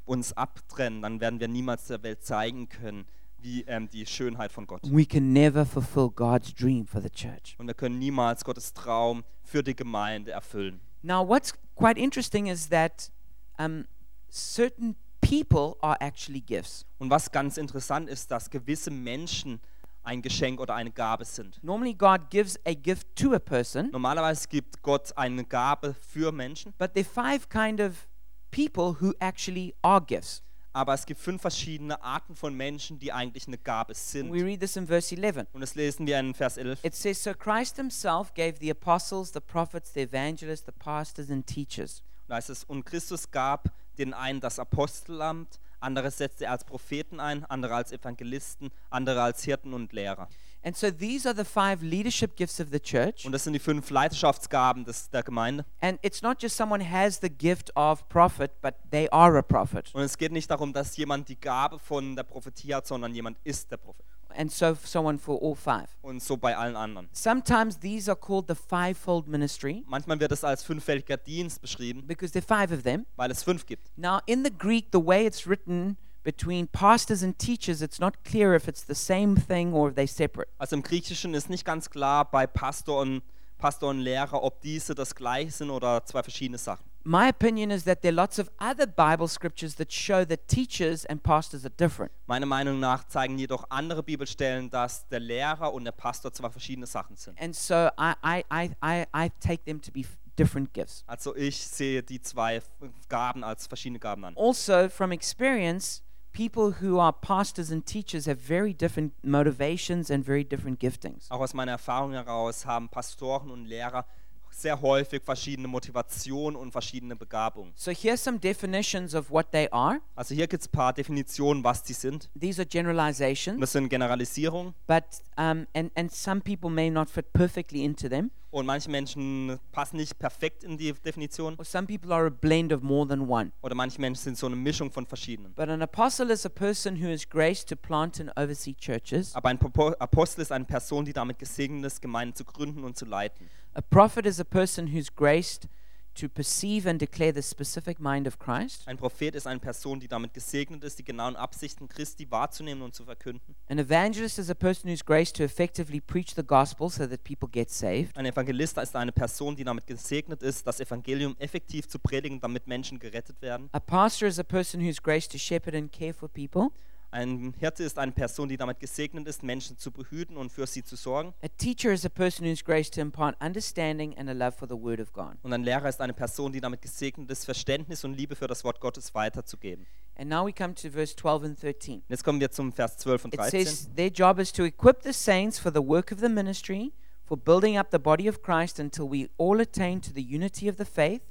S2: uns abtrennen, dann werden wir niemals der Welt zeigen können, wie ähm, die Schönheit von Gott.
S1: We can never fulfill God's dream for the church.
S2: und wir können niemals Gottes Traum für die Gemeinde erfüllen.
S1: Now, what's quite interesting is that um, certain people are actually gifts.
S2: Und was ganz interessant ist, dass gewisse Menschen ein Geschenk oder eine Gabe sind.
S1: Normally, God gives a gift to a person,
S2: Normalerweise gibt Gott eine Gabe für Menschen,
S1: but there are five kind of people who actually are gifts.
S2: aber es gibt fünf verschiedene Arten von Menschen, die eigentlich eine Gabe sind.
S1: We read this in verse 11.
S2: Und das lesen wir in Vers 11.
S1: It says, So Christ himself gave the apostles, the prophets, the evangelists, the pastors, and teachers.
S2: Da heißt es, und Christus gab den einen das Apostelamt, andere setzte er als Propheten ein, andere als Evangelisten, andere als Hirten und Lehrer.
S1: And so these are the five leadership gifts of the church.
S2: Und das sind die fünf Leidenschaftsgaben des, der Gemeinde.
S1: And it's not just someone has the gift of prophet, but they are a prophet.
S2: Und es geht nicht darum, dass jemand die Gabe von der Prophetie hat, sondern jemand ist der Prophet.
S1: And so f- someone for all five.
S2: Und so bei allen anderen.
S1: Sometimes these are called the fivefold ministry
S2: Manchmal wird es als fünffältiger Dienst beschrieben,
S1: because there are five of them.
S2: weil es fünf gibt.
S1: Now, in the Greek, the way it's written between pastors and teachers, it's not clear if it's the same thing or if they're separate.
S2: Also im Griechischen ist nicht ganz klar bei Pastor und, Pastor und Lehrer, ob diese das gleiche sind oder zwei verschiedene Sachen.
S1: My opinion is that there are lots of other Bible scriptures that show that teachers and pastors are different.
S2: Meiner Meinung nach zeigen jedoch andere Bibelstellen, dass der Lehrer und der Pastor zwei verschiedene Sachen sind.
S1: And so I, I, I, I, I take them to be f- different gifts.
S2: Also ich sehe die zwei Gaben als verschiedene Gaben an.
S1: also from experience people who are pastors and teachers have very different motivations and very different giftings
S2: Auch aus meiner Erfahrung heraus haben Pastoren und Lehrer sehr häufig verschiedene Motivationen und verschiedene Begabungen.
S1: so here's some definitions of what they are
S2: Also hier gibt es ein paar Definitionen, was die sind.
S1: these are
S2: Und
S1: generalizations
S2: Das sind Generalisierungen
S1: but um, and and some people may not fit perfectly into them
S2: und manche Menschen passen nicht perfekt in die Definition
S1: or some people are a blend of more than one
S2: oder manche Menschen sind so eine Mischung von verschiedenen.
S1: but an apostle is a person who is graced to plant and oversee churches
S2: Aber ein Popo- Apostel ist eine Person, die damit gesegnet ist, Gemeinden zu gründen und zu leiten.
S1: a prophet is a person who's graced to perceive and declare the specific mind of Christ
S2: Ein Prophet ist eine Person, die damit gesegnet ist, die genauen Absichten Christi wahrzunehmen und zu verkünden.
S1: An evangelist is a person who's graced to effectively preach the gospel so that people get saved.
S2: Ein Evangelist ist eine Person, die damit gesegnet ist, das Evangelium effektiv zu predigen, damit Menschen gerettet werden.
S1: A pastor is a person who's graced to shepherd and care for people.
S2: Ein Hirte ist eine Person, die damit gesegnet ist, Menschen zu behüten und für sie zu sorgen.
S1: A teacher is a person who's graced to impart understanding and a love for the word of God.
S2: Und ein Lehrer ist eine Person, die damit gesegnet ist, Verständnis und Liebe für das Wort Gottes weiterzugeben.
S1: And now we come to verse 12 and 13.
S2: Und Jetzt kommen wir zum Vers 12 und
S1: It
S2: 13.
S1: says, Their job is to equip the saints for the work of the ministry, for building up the body of Christ until we all attain to the unity of the faith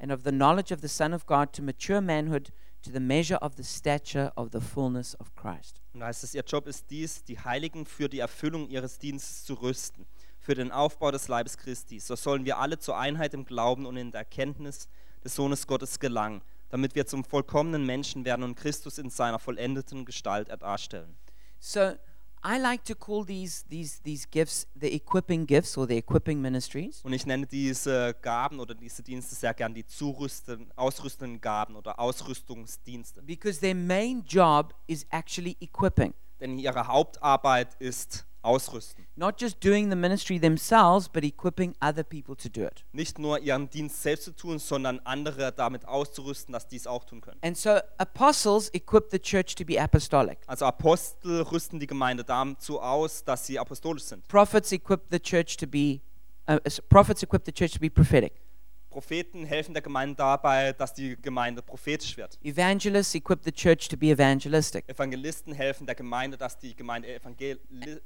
S1: and of the knowledge of the Son of God to mature manhood, to the measure of the stature of the fullness of Christ.
S2: Und da heißt es, ihr Job ist dies, die Heiligen für die Erfüllung ihres Dienstes zu rüsten, für den Aufbau des Leibes Christi. So sollen wir alle zur Einheit im Glauben und in der Erkenntnis des Sohnes Gottes gelangen, damit wir zum vollkommenen Menschen werden und Christus in seiner vollendeten Gestalt darstellen.
S1: So I like to call these these these gifts the equipping gifts or the equipping ministries.
S2: Und ich nenne diese Gaben oder diese Dienste sehr gern die zurüsten, ausrüstenden Gaben oder Ausrüstungsdienste.
S1: Because their main job is actually equipping,
S2: Denn ihre Hauptarbeit ist Ausrüsten.
S1: not just doing the ministry themselves, but equipping other people to do it.
S2: Nicht nur ihren Dienst selbst zu tun, sondern andere damit auszurüsten, dass die es auch tun können.
S1: And so apostles equip the church to be apostolic.
S2: Also Apostel rüsten die Gemeinde dazu aus, dass sie apostolisch sind.
S1: Prophets equip the church to be uh, s- prophets equip the church to be prophetic.
S2: Propheten helfen der Gemeinde dabei, dass die Gemeinde prophetisch wird.
S1: Evangelists equip the church to be evangelistic.
S2: Evangelisten helfen der Gemeinde, dass die Gemeinde evangeli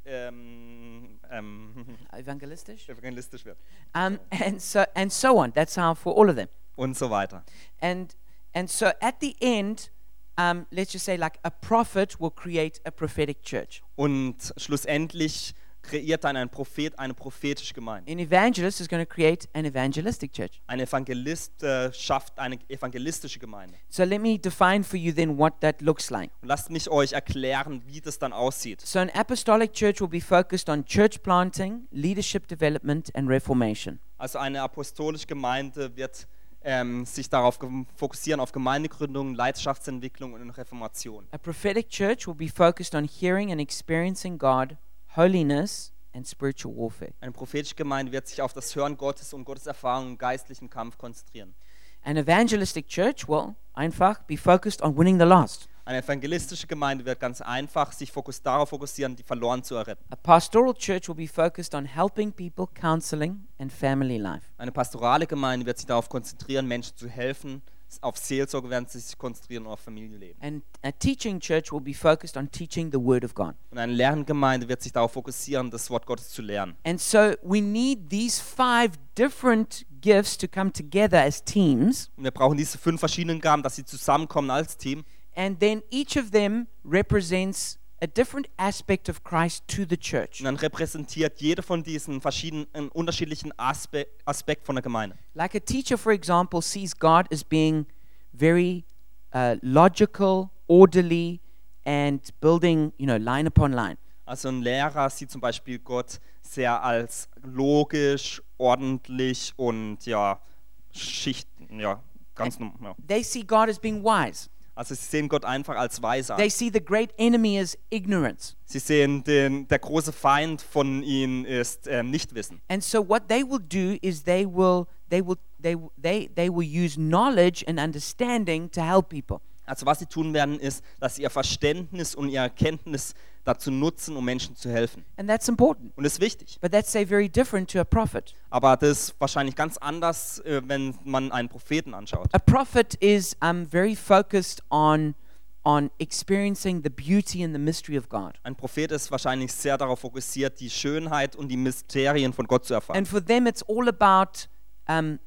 S2: ähm, ähm,
S1: Evangelistisch?
S2: evangelistisch wird.
S1: Um, and so and so on. That's how for all of them.
S2: Und so weiter.
S1: And and so at the end, um, let's just say like a prophet will create a prophetic church.
S2: Und schlussendlich kreiert dann ein Prophet eine prophetische Gemeinde.
S1: An evangelist is going to create an evangelistic church.
S2: Ein Evangelist äh, schafft eine evangelistische Gemeinde.
S1: So let me define for you then what that looks like.
S2: Und lasst mich euch erklären, wie das dann aussieht.
S1: So an apostolic church will be focused on church planting, leadership development, and reformation.
S2: Also eine apostolische Gemeinde wird ähm, sich darauf gem- fokussieren, auf Gemeindegründung, Leidenschaftsentwicklung und Reformation.
S1: A prophetic church will be focused on hearing and experiencing God, holiness, and spiritual warfare.
S2: Eine prophetische Gemeinde wird sich auf das Hören Gottes und Gottes Erfahrung im geistlichen Kampf konzentrieren.
S1: An evangelistic church will einfach be focused on winning the lost.
S2: Eine evangelistische Gemeinde wird ganz einfach sich fokus darauf fokussieren, die Verloren zu erretten.
S1: A pastoral church will be focused on helping people, counseling, and family life.
S2: Eine pastorale Gemeinde wird sich darauf konzentrieren, Menschen zu helfen. Auf Seelsorge werden sie sich konzentrieren und auf Familienleben.
S1: And a teaching church will be focused on teaching the Word of God.
S2: Und eine Lerngemeinde wird sich darauf fokussieren, das Wort Gottes zu lernen.
S1: And so we need these five different gifts to come together as teams.
S2: Und wir brauchen diese fünf verschiedenen Gaben, dass sie zusammenkommen als Team.
S1: And then each of them represents a different aspect of Christ to the church.
S2: Und dann repräsentiert jede von diesen verschiedenen einen unterschiedlichen Aspe Aspekt von der Gemeinde.
S1: Like a teacher, for example, sees God as being very uh, logical, orderly, and building, you know, line upon line.
S2: Also ein Lehrer sieht zum Beispiel Gott sehr als logisch, ordentlich und ja, Schichten, ja, ganz normal. Ja.
S1: They see God as being wise.
S2: Also sie sehen Gott einfach als weiser.
S1: They see the great enemy as ignorance.
S2: Sie sehen den, der große Feind von ihnen ist ähm, Nichtwissen.
S1: And so what they will do is they will they will they will- they they will use knowledge and understanding to help people.
S2: Also was sie tun werden, ist, dass sie ihr Verständnis und ihre Erkenntnis dazu nutzen, um Menschen zu helfen.
S1: And that's important.
S2: Und das ist wichtig.
S1: But that's say very different to a prophet.
S2: Aber das ist wahrscheinlich ganz anders, äh, wenn man einen Propheten anschaut.
S1: A prophet is um, very focused on on experiencing the beauty and the mystery of God.
S2: Ein Prophet ist wahrscheinlich sehr darauf fokussiert, die Schönheit und die Mysterien von Gott zu erfahren.
S1: And for them, it's all about um,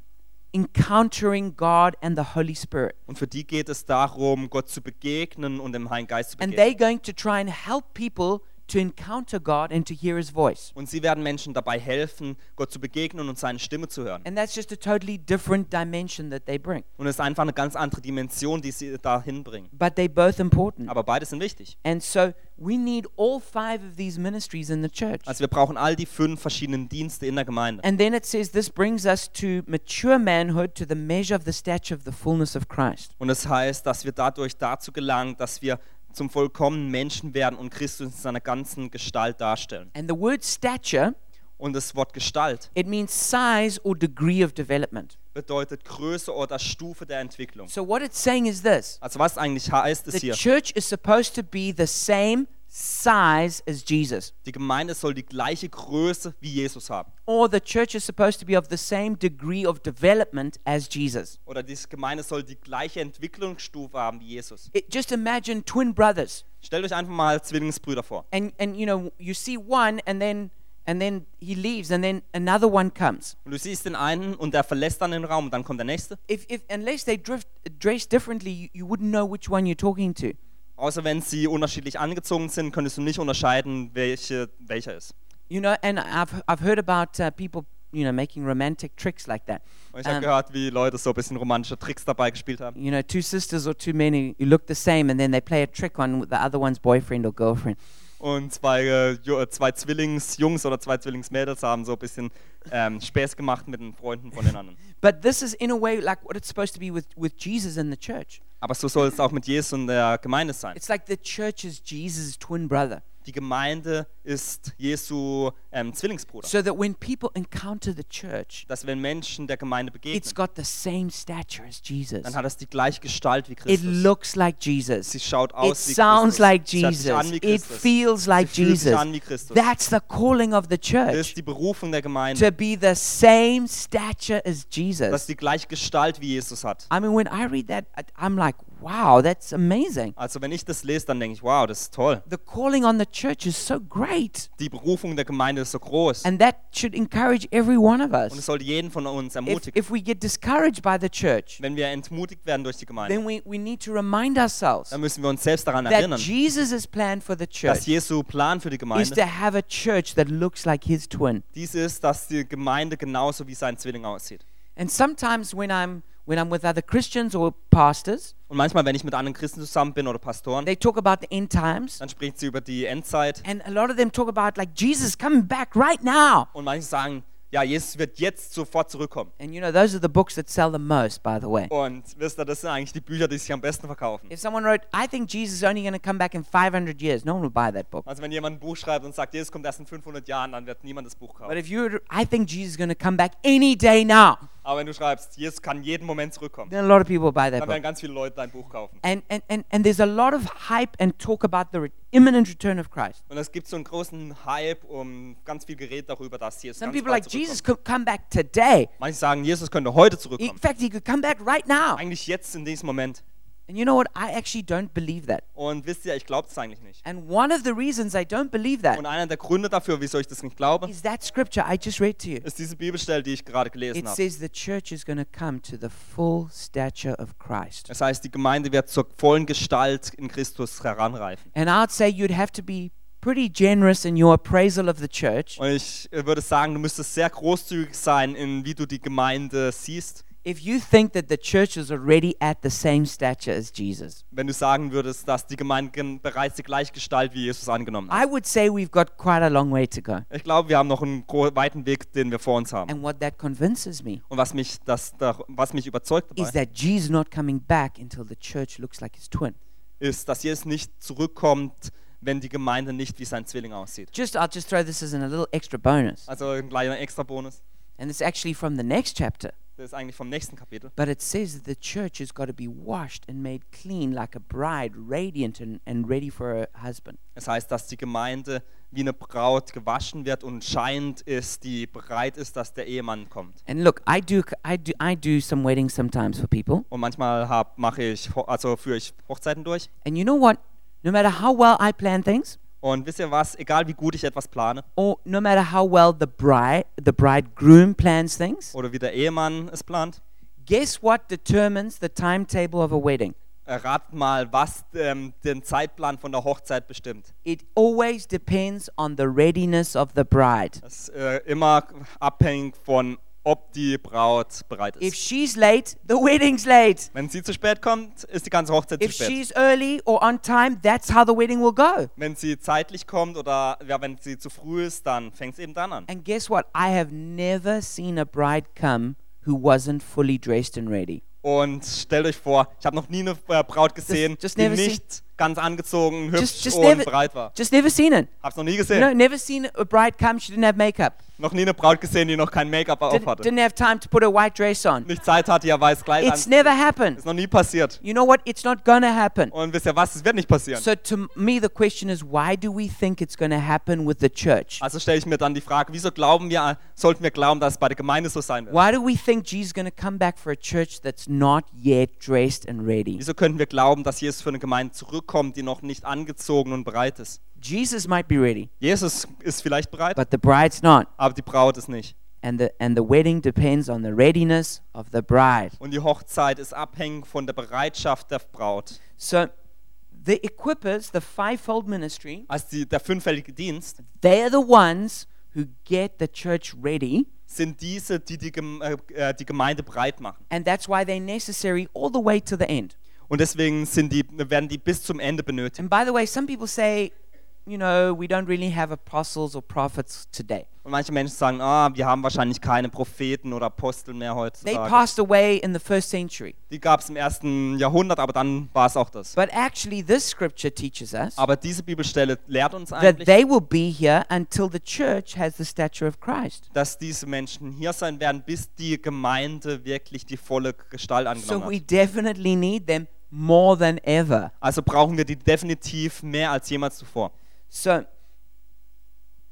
S1: encountering God and the Holy Spirit.
S2: Und für die geht es darum, Gott zu begegnen und dem Heiligen Geist zu
S1: And
S2: begegnen.
S1: they're going to try and help people to encounter God and to hear His voice.
S2: Und sie werden Menschen dabei helfen, Gott zu begegnen und seine Stimme zu hören.
S1: And that's just a totally different dimension that they bring.
S2: Und es ist einfach eine ganz andere Dimension, die sie dahin bringen.
S1: But they're both important.
S2: Aber beide sind wichtig.
S1: And so we need all five of these ministries in the church.
S2: Also wir brauchen all die fünf verschiedenen Dienste in der Gemeinde.
S1: And then it says this brings us to mature manhood to the measure of the stature of the fullness of Christ.
S2: Und das heißt, dass wir dadurch dazu gelangen, dass wir zum vollkommenen Menschen werden und Christus in seiner ganzen Gestalt darstellen.
S1: And the word stature,
S2: Und das Wort Gestalt
S1: it means size or degree of development.
S2: bedeutet Größe oder Stufe der Entwicklung.
S1: So what it's saying is this.
S2: Also was eigentlich heißt es
S1: The
S2: hier?
S1: church is supposed to be the same size as Jesus,
S2: Die Gemeinde soll die gleiche Größe wie Jesus haben.
S1: or the church is supposed to be of the same degree of development as Jesus.
S2: Oder diese Gemeinde soll die gleiche Entwicklungsstufe haben wie Jesus.
S1: It, just imagine twin brothers,
S2: Stellt euch einfach mal Zwillingsbrüder vor.
S1: and and you know you see one, and then and then he leaves, and then another one comes.
S2: Und du siehst den einen und der verlässt dann den Raum und dann kommt der nächste.
S1: If if unless they drift, dress differently, you, you wouldn't know which one you're talking to.
S2: Außer wenn sie unterschiedlich angezogen sind, könntest du nicht unterscheiden, welche, welcher ist.
S1: You know, and I've I've heard about uh, people you know making romantic tricks like that.
S2: Und ich habe
S1: Um,
S2: gehört, wie Leute so ein bisschen romantische Tricks dabei gespielt haben.
S1: you know, two sisters or two men who who look the same and then they play a trick on the other one's boyfriend or girlfriend.
S2: Und zwei, äh, Ju- äh, zwei Zwillingsjungs oder zwei Zwillingsmädels haben so ein bisschen ähm, Späß gemacht mit den Freunden von den anderen.
S1: But this is, in a way, like what it's supposed to be with, with Jesus and the church.
S2: Aber so soll es auch mit Jesus und der Gemeinde sein.
S1: It's like the church is Jesus' twin brother.
S2: Die Gemeinde ist Jesu ähm, Zwillingsbruder.
S1: So that when people encounter the church,
S2: Dass wenn Menschen der Gemeinde
S1: it's
S2: begegnen,
S1: got the same stature as Jesus.
S2: dann hat es die gleiche Gestalt wie
S1: It
S2: Christus.
S1: looks like
S2: Sie
S1: Jesus.
S2: schaut
S1: It
S2: aus wie
S1: sounds
S2: Christus.
S1: like
S2: Sie hört sich
S1: Jesus.
S2: an wie
S1: It
S2: Christus.
S1: feels like
S2: Sie fühlt sich
S1: Jesus.
S2: an wie Christus.
S1: That's the calling of the
S2: Das
S1: church
S2: ist die Berufung der Gemeinde,
S1: to be the same stature as
S2: dass
S1: Jesus.
S2: die gleiche Gestalt wie Jesus hat.
S1: I mean, when I read that, I- I'm like, wow, that's amazing.
S2: Also wenn ich das lese, dann denke ich, wow, das ist toll.
S1: The calling on the church is so great.
S2: Die Berufung der Gemeinde ist so groß.
S1: And that should encourage every one of
S2: Und es
S1: us.
S2: sollte jeden von uns
S1: If,
S2: ermutigen.
S1: if we get discouraged by the church,
S2: Wenn wir entmutigt werden durch die Gemeinde,
S1: then we, we need to remind ourselves
S2: dann müssen wir uns selbst daran
S1: that
S2: erinnern,
S1: Jesus' plan for the
S2: dass
S1: church
S2: Jesu Plan für die
S1: is
S2: Gemeinde
S1: to have a church that looks like his twin.
S2: dies ist, dass die Gemeinde genauso wie sein Zwilling aussieht.
S1: And sometimes when I'm when I'm with other Christians or pastors,
S2: Und manchmal, wenn ich mit anderen Christen zusammen bin oder Pastoren,
S1: they talk about the end times,
S2: dann spricht sie über die Endzeit.
S1: and a lot of them talk about like Jesus coming back right now.
S2: Und manche sagen, ja, Jesus wird jetzt sofort zurückkommen.
S1: And you know, those are the books that sell the most, by the way.
S2: Und wisst ihr, das sind eigentlich die Bücher, die sich am besten verkaufen.
S1: If someone wrote, "I think Jesus is only going to come back in 500 years," no one will buy that book.
S2: Also wenn jemand ein Buch schreibt und sagt, Jesus kommt erst in 500 Jahren, dann wird niemand das Buch
S1: But
S2: kaufen.
S1: if you, were to- I think Jesus is going to come back any day now,
S2: Aber wenn du schreibst, Jesus kann jeden Moment zurückkommen,
S1: then a lot of people will buy that
S2: dann werden
S1: book.
S2: ganz viele Leute dein Buch kaufen.
S1: And and and, and there's a lot of hype and talk about the re- imminent return of Christ.
S2: Und es gibt so einen großen Hype um ganz viel Gerät darüber, dass Jesus
S1: Some
S2: ganz
S1: people
S2: bald
S1: like
S2: zurückkommt.
S1: Jesus could come back today.
S2: Manche sagen, Jesus könnte heute
S1: In
S2: zurückkommen.
S1: fact, he could come back right now.
S2: Eigentlich jetzt in diesem Moment.
S1: And you know what? I actually don't believe that.
S2: Und wisst ihr, ich glaube es eigentlich nicht.
S1: And one of the reasons I don't believe that
S2: Und einer der Gründe dafür, wieso ich das nicht glaube,
S1: is that scripture I just read to you.
S2: ist diese Bibelstelle, die ich gerade
S1: It
S2: gelesen habe.
S1: says the church is going to come to the full stature of Christ.
S2: Das heißt, die Gemeinde wird zur vollen Gestalt in Christus heranreifen.
S1: And I'd say you'd have to be pretty generous in your appraisal of the church
S2: Und ich äh, würde sagen, du müsstest sehr großzügig sein, in wie du die Gemeinde siehst,
S1: if you think that the church is already at the same stature as Jesus.
S2: wenn du sagen würdest, dass die Gemeinde gen- bereits die gleiche Gestalt wie Jesus angenommen hat.
S1: I would say we've got quite a long way to go.
S2: Ich glaube, wir haben noch einen gro- weiten Weg, den wir vor uns haben.
S1: And what that convinces me
S2: Und was mich, das, da- was mich überzeugt
S1: is
S2: dabei,
S1: that Jesus not coming back until the church looks like his twin.
S2: ist, dass Jesus nicht zurückkommt, wenn die Gemeinde nicht wie sein Zwilling aussieht.
S1: Just I'll just throw this as in a little extra bonus.
S2: Also ein kleiner extra Bonus.
S1: And it's actually from the next chapter.
S2: Das ist eigentlich vom nächsten Kapitel.
S1: But it says that the church has got to be washed and made clean like a bride, radiant and, and ready for her husband.
S2: Das heißt, dass die Gemeinde wie eine Braut gewaschen wird und scheinend ist, die bereit ist, dass der Ehemann kommt.
S1: And look, I do, c- I do, I do some weddings sometimes for people.
S2: Und manchmal hab, mache ich, Ho- also führe ich Hochzeiten durch.
S1: And you know what? No matter how well I plan things,
S2: Und wisst ihr was, egal wie gut ich etwas plane
S1: or no matter how well the bride, the bridegroom plans things,
S2: oder wie der Ehemann es plant,
S1: guess what determines the timetable of a wedding?
S2: errat mal, was ähm, den Zeitplan von der Hochzeit bestimmt.
S1: It always depends on the readiness of the bride.
S2: Das ist äh, immer abhängig von, ob die Braut bereit
S1: If
S2: ist.
S1: she's late, the wedding's late.
S2: Wenn sie zu spät kommt, ist die ganze Hochzeit zu
S1: If
S2: spät.
S1: she's early or on time, that's how the wedding will go.
S2: Wenn sie zeitlich kommt oder ja, wenn sie zu früh ist, dann fängt es eben dann an.
S1: And guess what? I have never seen a bride come who wasn't fully dressed and ready.
S2: Und stellt euch vor, ich habe noch nie eine äh, Braut gesehen,
S1: Just- just
S2: die
S1: never seen-
S2: nicht ganz angezogen, hübsch
S1: Just, just
S2: und
S1: never,
S2: breit war.
S1: just never seen it.
S2: Hab's noch nie
S1: You
S2: gesehen.
S1: know, never seen a bride come. She didn't have makeup.
S2: Noch nie eine Braut gesehen, die noch kein Make-up auf
S1: Didn't,
S2: hatte.
S1: didn't have time to put a white dress on.
S2: nicht Zeit hatte, ja weiß Kleid
S1: It's
S2: an.
S1: never happened.
S2: Ist noch nie passiert.
S1: You know what? It's not gonna happen.
S2: Und wisst ihr was, es wird nicht passieren.
S1: So to m- me, the question is, why do we think it's gonna happen with the church?
S2: Also stelle ich mir dann die Frage, wieso glauben wir, sollten wir glauben, dass es bei der Gemeinde so sein wird?
S1: Why do we think Jesus is gonna come back for a church that's not yet dressed and ready?
S2: Wieso könnten wir glauben, dass Jesus für eine Gemeinde zurückkommt, die noch nicht angezogen und bereit ist?
S1: Jesus might be ready,
S2: Jesus ist vielleicht bereit,
S1: but the bride's not.
S2: aber die Braut ist nicht.
S1: and the and the wedding depends on the readiness of the bride.
S2: Und die Hochzeit ist abhängig von der Bereitschaft der Braut.
S1: So the equippers, the fivefold ministry,
S2: Also die, der fünffällige Dienst
S1: they're the ones who get the church ready,
S2: sind diese, die die, Gem äh, äh, die Gemeinde breit machen.
S1: and that's why they're necessary all the way to the end.
S2: Und deswegen sind die, werden die bis zum Ende benötigt.
S1: And by the way, some people say you know, we don't really have apostles or prophets today.
S2: Und manche Menschen sagen, ah, wir haben wahrscheinlich keine Propheten oder Apostel mehr
S1: They
S2: heutzutage.
S1: passed away in the first century.
S2: Die gab es im ersten Jahrhundert, aber dann war es auch das.
S1: But actually, this scripture teaches us
S2: Aber diese Bibelstelle lehrt uns
S1: that
S2: eigentlich,
S1: they will be here until the church has the stature of Christ.
S2: dass diese Menschen hier sein werden, bis die Gemeinde wirklich die volle Gestalt
S1: So
S2: angenommen
S1: we
S2: hat.
S1: definitely need them more than ever.
S2: Also brauchen wir die definitiv mehr als jemals zuvor.
S1: So,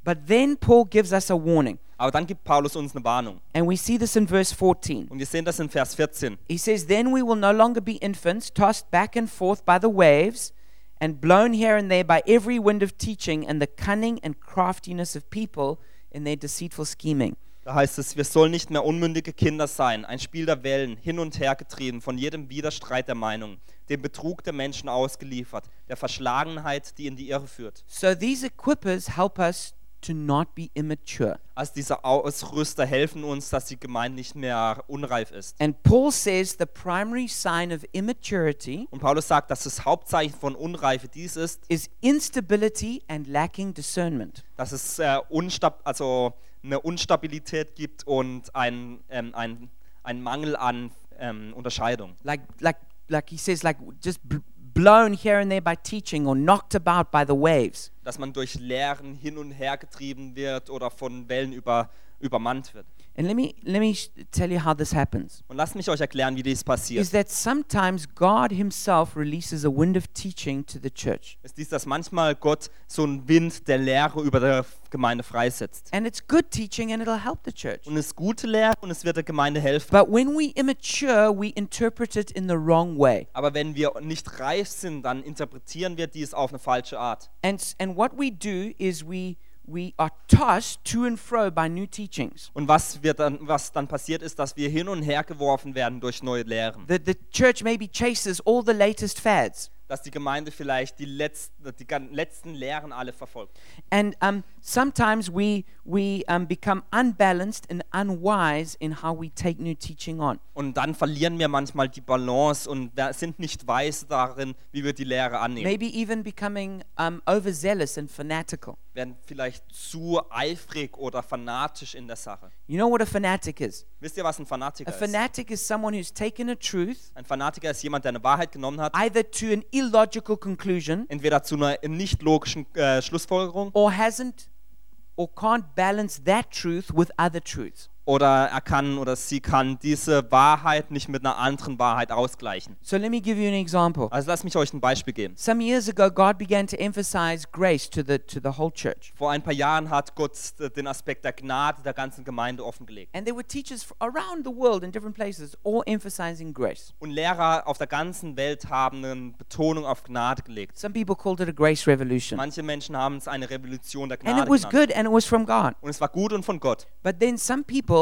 S1: but then Paul gives us a warning,
S2: Aber dann gibt Paulus uns eine Warnung.
S1: and we see this in verse 14.
S2: Und wir sehen das in Vers 14.
S1: He says, Then we will no longer be infants, tossed back and forth by the waves, and blown here and there by every wind of teaching, and the cunning and craftiness of people in their deceitful scheming.
S2: Da heißt es, wir sollen nicht mehr unmündige Kinder sein, ein Spiel der Wellen, hin und her getrieben, von jedem Widerstreit der Meinung, dem Betrug der Menschen ausgeliefert, der Verschlagenheit, die in die Irre führt.
S1: So these equippers help us to not be immature.
S2: Also diese Ausrüster helfen uns, dass die Gemeinde nicht mehr unreif ist.
S1: And Paul says the primary sign of immaturity
S2: Und Paulus sagt, dass das Hauptzeichen von Unreife dies ist,
S1: is instability and lacking discernment.
S2: dass es äh, unstab also eine Unstabilität gibt und ein, ähm, ein, ein Mangel an ähm, Unterscheidung.
S1: Like, like, like he says, like just bl- blown here and there by teaching or knocked about by the waves.
S2: Dass man durch Lehren hin und her getrieben wird oder von Wellen über, übermannt wird.
S1: And let me let me sh- tell you how this happens.
S2: Und lasst mich euch erklären, wie dies
S1: Is
S2: passiert.
S1: that sometimes God Himself releases a wind of teaching to the church,
S2: Es ist dies, dass manchmal Gott so einen Wind der Lehre über der Gemeinde freisetzt.
S1: and it's good teaching, and it'll help the church.
S2: Und es ist gute Lehre und es wird der Gemeinde helfen.
S1: But when we immature, we interpret it in the wrong way,
S2: Aber wenn wir nicht reif sind, dann interpretieren wir dies auf eine falsche Art.
S1: and s- and what we do is we we are tossed to and fro by new teachings.
S2: Und was, wir dann, was dann passiert ist, dass wir hin und her geworfen werden durch neue Lehren.
S1: The the church maybe chases all the latest fads,
S2: Dass die Gemeinde vielleicht die letzten, die gan- letzten Lehren alle verfolgt.
S1: and um, sometimes we we um, become unbalanced and unwise in how we take new teaching on.
S2: Und dann verlieren wir manchmal die Balance und wir sind nicht weise darin, wie wir die Lehre annehmen.
S1: maybe even becoming um, overzealous and fanatical.
S2: Werden vielleicht zu eifrig oder fanatisch in der Sache.
S1: You know what a fanatic is?
S2: Wisst ihr, was ein
S1: A
S2: Fanatiker ist?
S1: fanatic is someone who's taken a truth
S2: Ein Fanatiker ist jemand, der eine Wahrheit genommen hat,
S1: either to an illogical conclusion
S2: entweder zu einer nicht logischen äh, Schlussfolgerung
S1: or hasn't or can't balance that truth with other truths.
S2: oder er kann oder sie kann diese Wahrheit nicht mit einer anderen Wahrheit ausgleichen.
S1: So let me give you an example.
S2: Also lasst mich euch ein Beispiel geben.
S1: Some years ago, God began to emphasize grace to the, to the whole church.
S2: Vor ein paar Jahren hat Gott äh, den Aspekt der Gnade der ganzen Gemeinde offengelegt.
S1: And there were teachers f- around the world in different places all emphasizing grace.
S2: Und Lehrer auf der ganzen Welt haben eine Betonung auf Gnade gelegt.
S1: Some people called it a grace revolution.
S2: Manche Menschen haben es eine Revolution der
S1: And
S2: Gnade
S1: it was
S2: genannt.
S1: good and it was from God.
S2: Und es war gut und von Gott.
S1: But then some people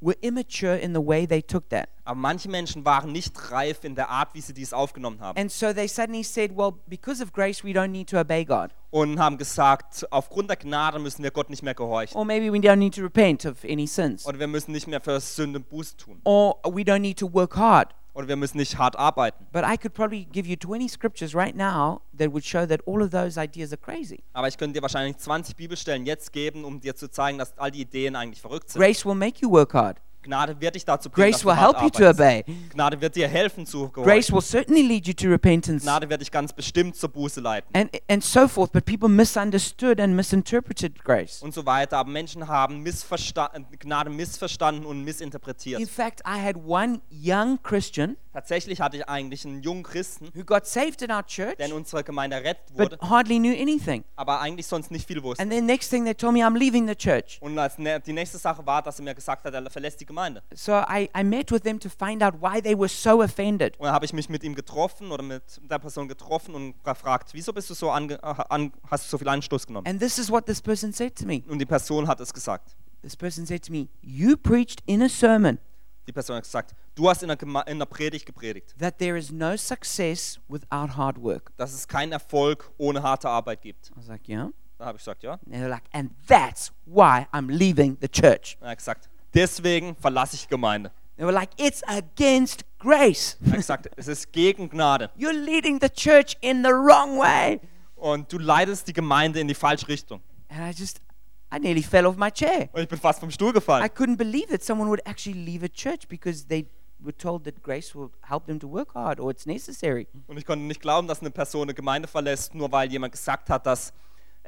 S1: were immature in the way they took that.
S2: Aber manche Menschen waren nicht reif in der Art, wie sie dies aufgenommen haben.
S1: And so they suddenly said, well, because of grace, we don't need to obey God.
S2: Und haben gesagt, aufgrund der Gnade müssen wir Gott nicht mehr gehorchen.
S1: Or maybe we don't need to repent of any sins.
S2: Oder wir müssen nicht mehr für Sünden Buße tun.
S1: Or we don't need to work hard.
S2: Oder wir müssen nicht hart arbeiten.
S1: But I could probably give you 20 scriptures right now that would show that all of those ideas are crazy.
S2: Aber ich könnte dir wahrscheinlich 20 Bibelstellen jetzt geben, um dir zu zeigen, dass all die Ideen eigentlich verrückt sind.
S1: Grace will make you work hard.
S2: Gnade wird dich dazu bringen,
S1: Grace
S2: dass
S1: will
S2: du hart
S1: help you to
S2: arbeitest.
S1: obey.
S2: Gnade wird dir helfen zu
S1: Grace
S2: gehorchen.
S1: will certainly lead you to repentance
S2: Gnade wird dich ganz bestimmt zur Buße leiten.
S1: and, and so forth. But people misunderstood and misinterpreted grace.
S2: Und so weiter. Aber Menschen haben missversta äh, Gnade missverstanden und
S1: In
S2: missinterpretiert.
S1: fact, I had one young Christian
S2: Tatsächlich hatte ich eigentlich einen jungen Christen,
S1: who got saved in our church
S2: der in unserer Gemeinde errettet
S1: but
S2: wurde,
S1: hardly knew anything.
S2: aber eigentlich sonst nicht viel wusste.
S1: And then next thing they told me I'm leaving the church.
S2: Und als ne die nächste Sache war, dass er mir gesagt hat, er verlässt die Gemeinde.
S1: So I, I met with them to find out why they were so offended.
S2: Und dann habe ich mich mit ihm getroffen oder mit der Person getroffen und gefragt, wieso bist du so ange äh, an hast du so viel Anstoß genommen?
S1: And this is what this person said to me.
S2: Und die Person hat es gesagt.
S1: This person said to me, You preached in a sermon
S2: Die Person hat gesagt, du hast in der, Gema- in der Predigt gepredigt,
S1: that there is no success without hard work.
S2: dass es keinen Erfolg ohne harte Arbeit gibt.
S1: I was like, Yeah.
S2: Da habe ich gesagt, ja.
S1: And they're like, And that's why I'm leaving the church.
S2: Und er hat gesagt, deswegen verlasse ich die Gemeinde.
S1: They were like, It's against grace.
S2: Er hat gesagt, es ist gegen Gnade.
S1: You're leading the church in the wrong way.
S2: Und du leitest die Gemeinde in die falsche Richtung.
S1: And I just, I nearly fell off my chair.
S2: Und ich bin fast vom Stuhl
S1: I
S2: gefallen.
S1: couldn't believe that someone would actually leave a church because they were told that grace will help them to work hard or it's necessary.
S2: Und ich konnte nicht glauben, dass eine Person eine Gemeinde verlässt, nur weil jemand gesagt hat, dass,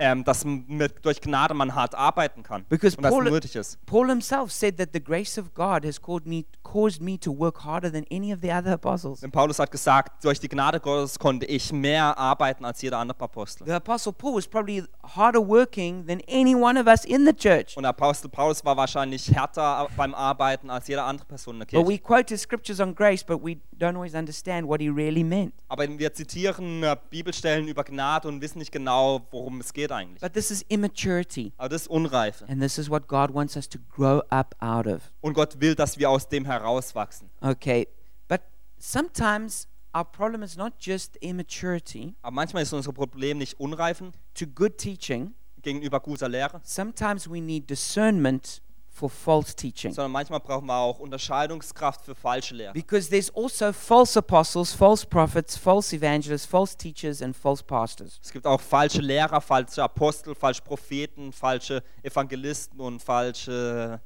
S2: ähm, dass m- mit, durch Gnade man hart arbeiten kann.
S1: Because
S2: und das
S1: Paul-
S2: nötig ist.
S1: Paul himself said that the grace of God has called me, caused me to work harder than any of the other apostles.
S2: Denn Paulus hat gesagt, durch die Gnade Gottes konnte ich mehr arbeiten als jeder andere Apostel.
S1: The apostle Paul was probably harder working than any one of us in the church.
S2: Und Apostel Paulus war wahrscheinlich härter beim Arbeiten als jeder andere Person in der
S1: But
S2: Kirche.
S1: we quote his scriptures on grace, but we don't always understand what he really meant.
S2: Aber wir zitieren äh, Bibelstellen über Gnade und wissen nicht genau, worum es geht eigentlich.
S1: But this is immaturity,
S2: Aber das ist Unreife.
S1: and this is what God wants us to grow up out of.
S2: Und Gott will, dass wir aus dem herauswachsen.
S1: Okay, but sometimes our problem is not just immaturity
S2: Aber manchmal ist unser Problem nicht Unreifen
S1: to good teaching,
S2: gegenüber guter Lehre,
S1: sometimes we need discernment for false teaching.
S2: sondern manchmal brauchen wir auch Unterscheidungskraft für falsche Lehre.
S1: Because there's also false apostles, false prophets, false evangelists, false teachers, and false pastors.
S2: Es gibt auch falsche Lehrer, falsche Apostel, falsche Propheten, falsche Evangelisten und falsche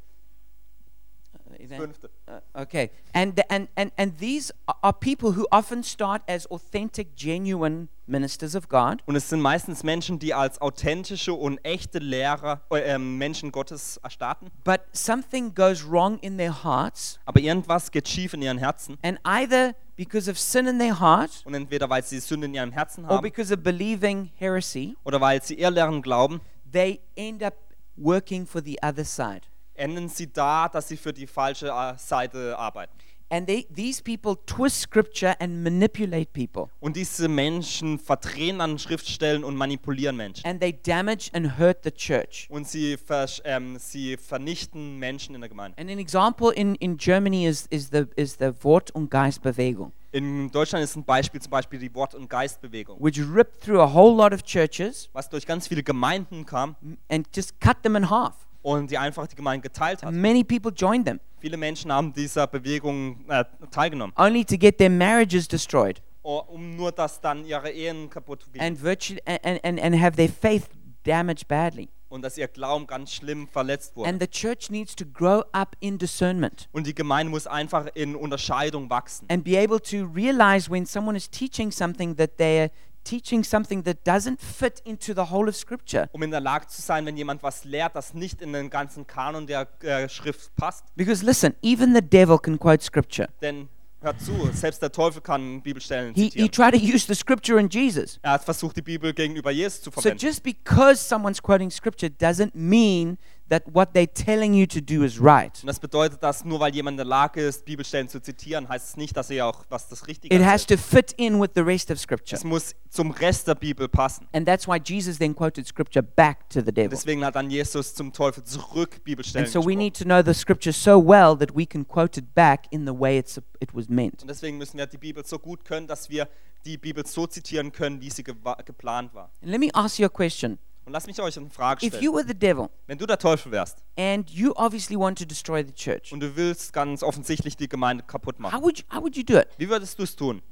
S1: Uh, evan-
S2: Fünfte.
S1: Uh, okay, and, the- and, and, and these a- are people who often start as authentic, genuine ministers of God,
S2: Und es sind meistens Menschen, die als authentische und echte Lehrer, äh, ähm, Menschen Gottes erstarten.
S1: but something goes wrong in their hearts,
S2: Aber irgendwas geht schief in ihren Herzen.
S1: and either because of sin in their heart
S2: Und entweder weil sie Sünde in ihrem Herzen
S1: or
S2: haben
S1: because of believing heresy,
S2: oder weil sie Irrlehren glauben,
S1: they end up working for the other side.
S2: enden sie da, dass sie für die falsche äh, Seite arbeiten.
S1: And they, these people twist scripture and manipulate people.
S2: Und diese Menschen verdrehen an Schriftstellen und manipulieren Menschen.
S1: and they damage and hurt the church.
S2: Und sie, versch- ähm, sie vernichten Menschen in der Gemeinde.
S1: And an example in, in Germany is, is, the, is the Wort- und Geistbewegung,
S2: In Deutschland ist ein Beispiel zum Beispiel die Wort- und Geistbewegung,
S1: which ripped through a whole lot of churches
S2: was durch ganz viele Gemeinden kam
S1: and just cut them in half.
S2: und die einfach die Gemeinde geteilt hat.
S1: And many people joined them,
S2: Viele Menschen haben dieser Bewegung äh, teilgenommen,
S1: only to get their marriages destroyed
S2: o- um nur, dass dann ihre Ehen kaputt gingen
S1: and, virtually, and, and, and have their faith damaged badly.
S2: und dass ihr Glauben ganz schlimm verletzt wurde.
S1: And the church needs to grow up in discernment
S2: Und die Gemeinde muss einfach in Unterscheidung wachsen
S1: and be able to realize when someone is teaching something that they're teaching something that doesn't fit into the whole of Scripture.
S2: um in der Lage zu sein, wenn jemand was lehrt, das nicht in den ganzen Kanon der äh, Schrift passt.
S1: Because listen, even the devil can quote Scripture.
S2: Denn hört zu, selbst der Teufel kann Bibelstellen
S1: He, he
S2: zitieren.
S1: tried to use the scripture in Jesus.
S2: Er hat versucht, die Bibel gegenüber Jesus zu
S1: So
S2: verwenden.
S1: just because someone's quoting scripture doesn't mean that what they're telling you to do is right.
S2: Und das bedeutet, dass nur weil jemand in der Lage ist, Bibelstellen zu zitieren, heißt es nicht, dass er auch was das Richtige
S1: It has
S2: ist.
S1: to fit in with the rest of scripture.
S2: Es muss zum Rest der Bibel passen.
S1: And that's why Jesus then quoted scripture back to the devil.
S2: Deswegen hat dann Jesus zum Teufel zurück Bibelstellen
S1: And so we
S2: gesprochen.
S1: need to know the scripture so well that we can quote it back in the way it's, it was meant.
S2: Und deswegen müssen wir die Bibel so gut können, dass wir die Bibel so zitieren können, wie sie gewa- geplant war.
S1: And let me ask you a question.
S2: Und lasst mich euch eine Frage
S1: If
S2: stellen.
S1: you were the devil
S2: Wenn du der Teufel wärst
S1: and you obviously want to destroy the church,
S2: und du willst ganz offensichtlich die Gemeinde kaputt
S1: how
S2: machen,
S1: would you, how would you do it?
S2: wie würdest du es tun?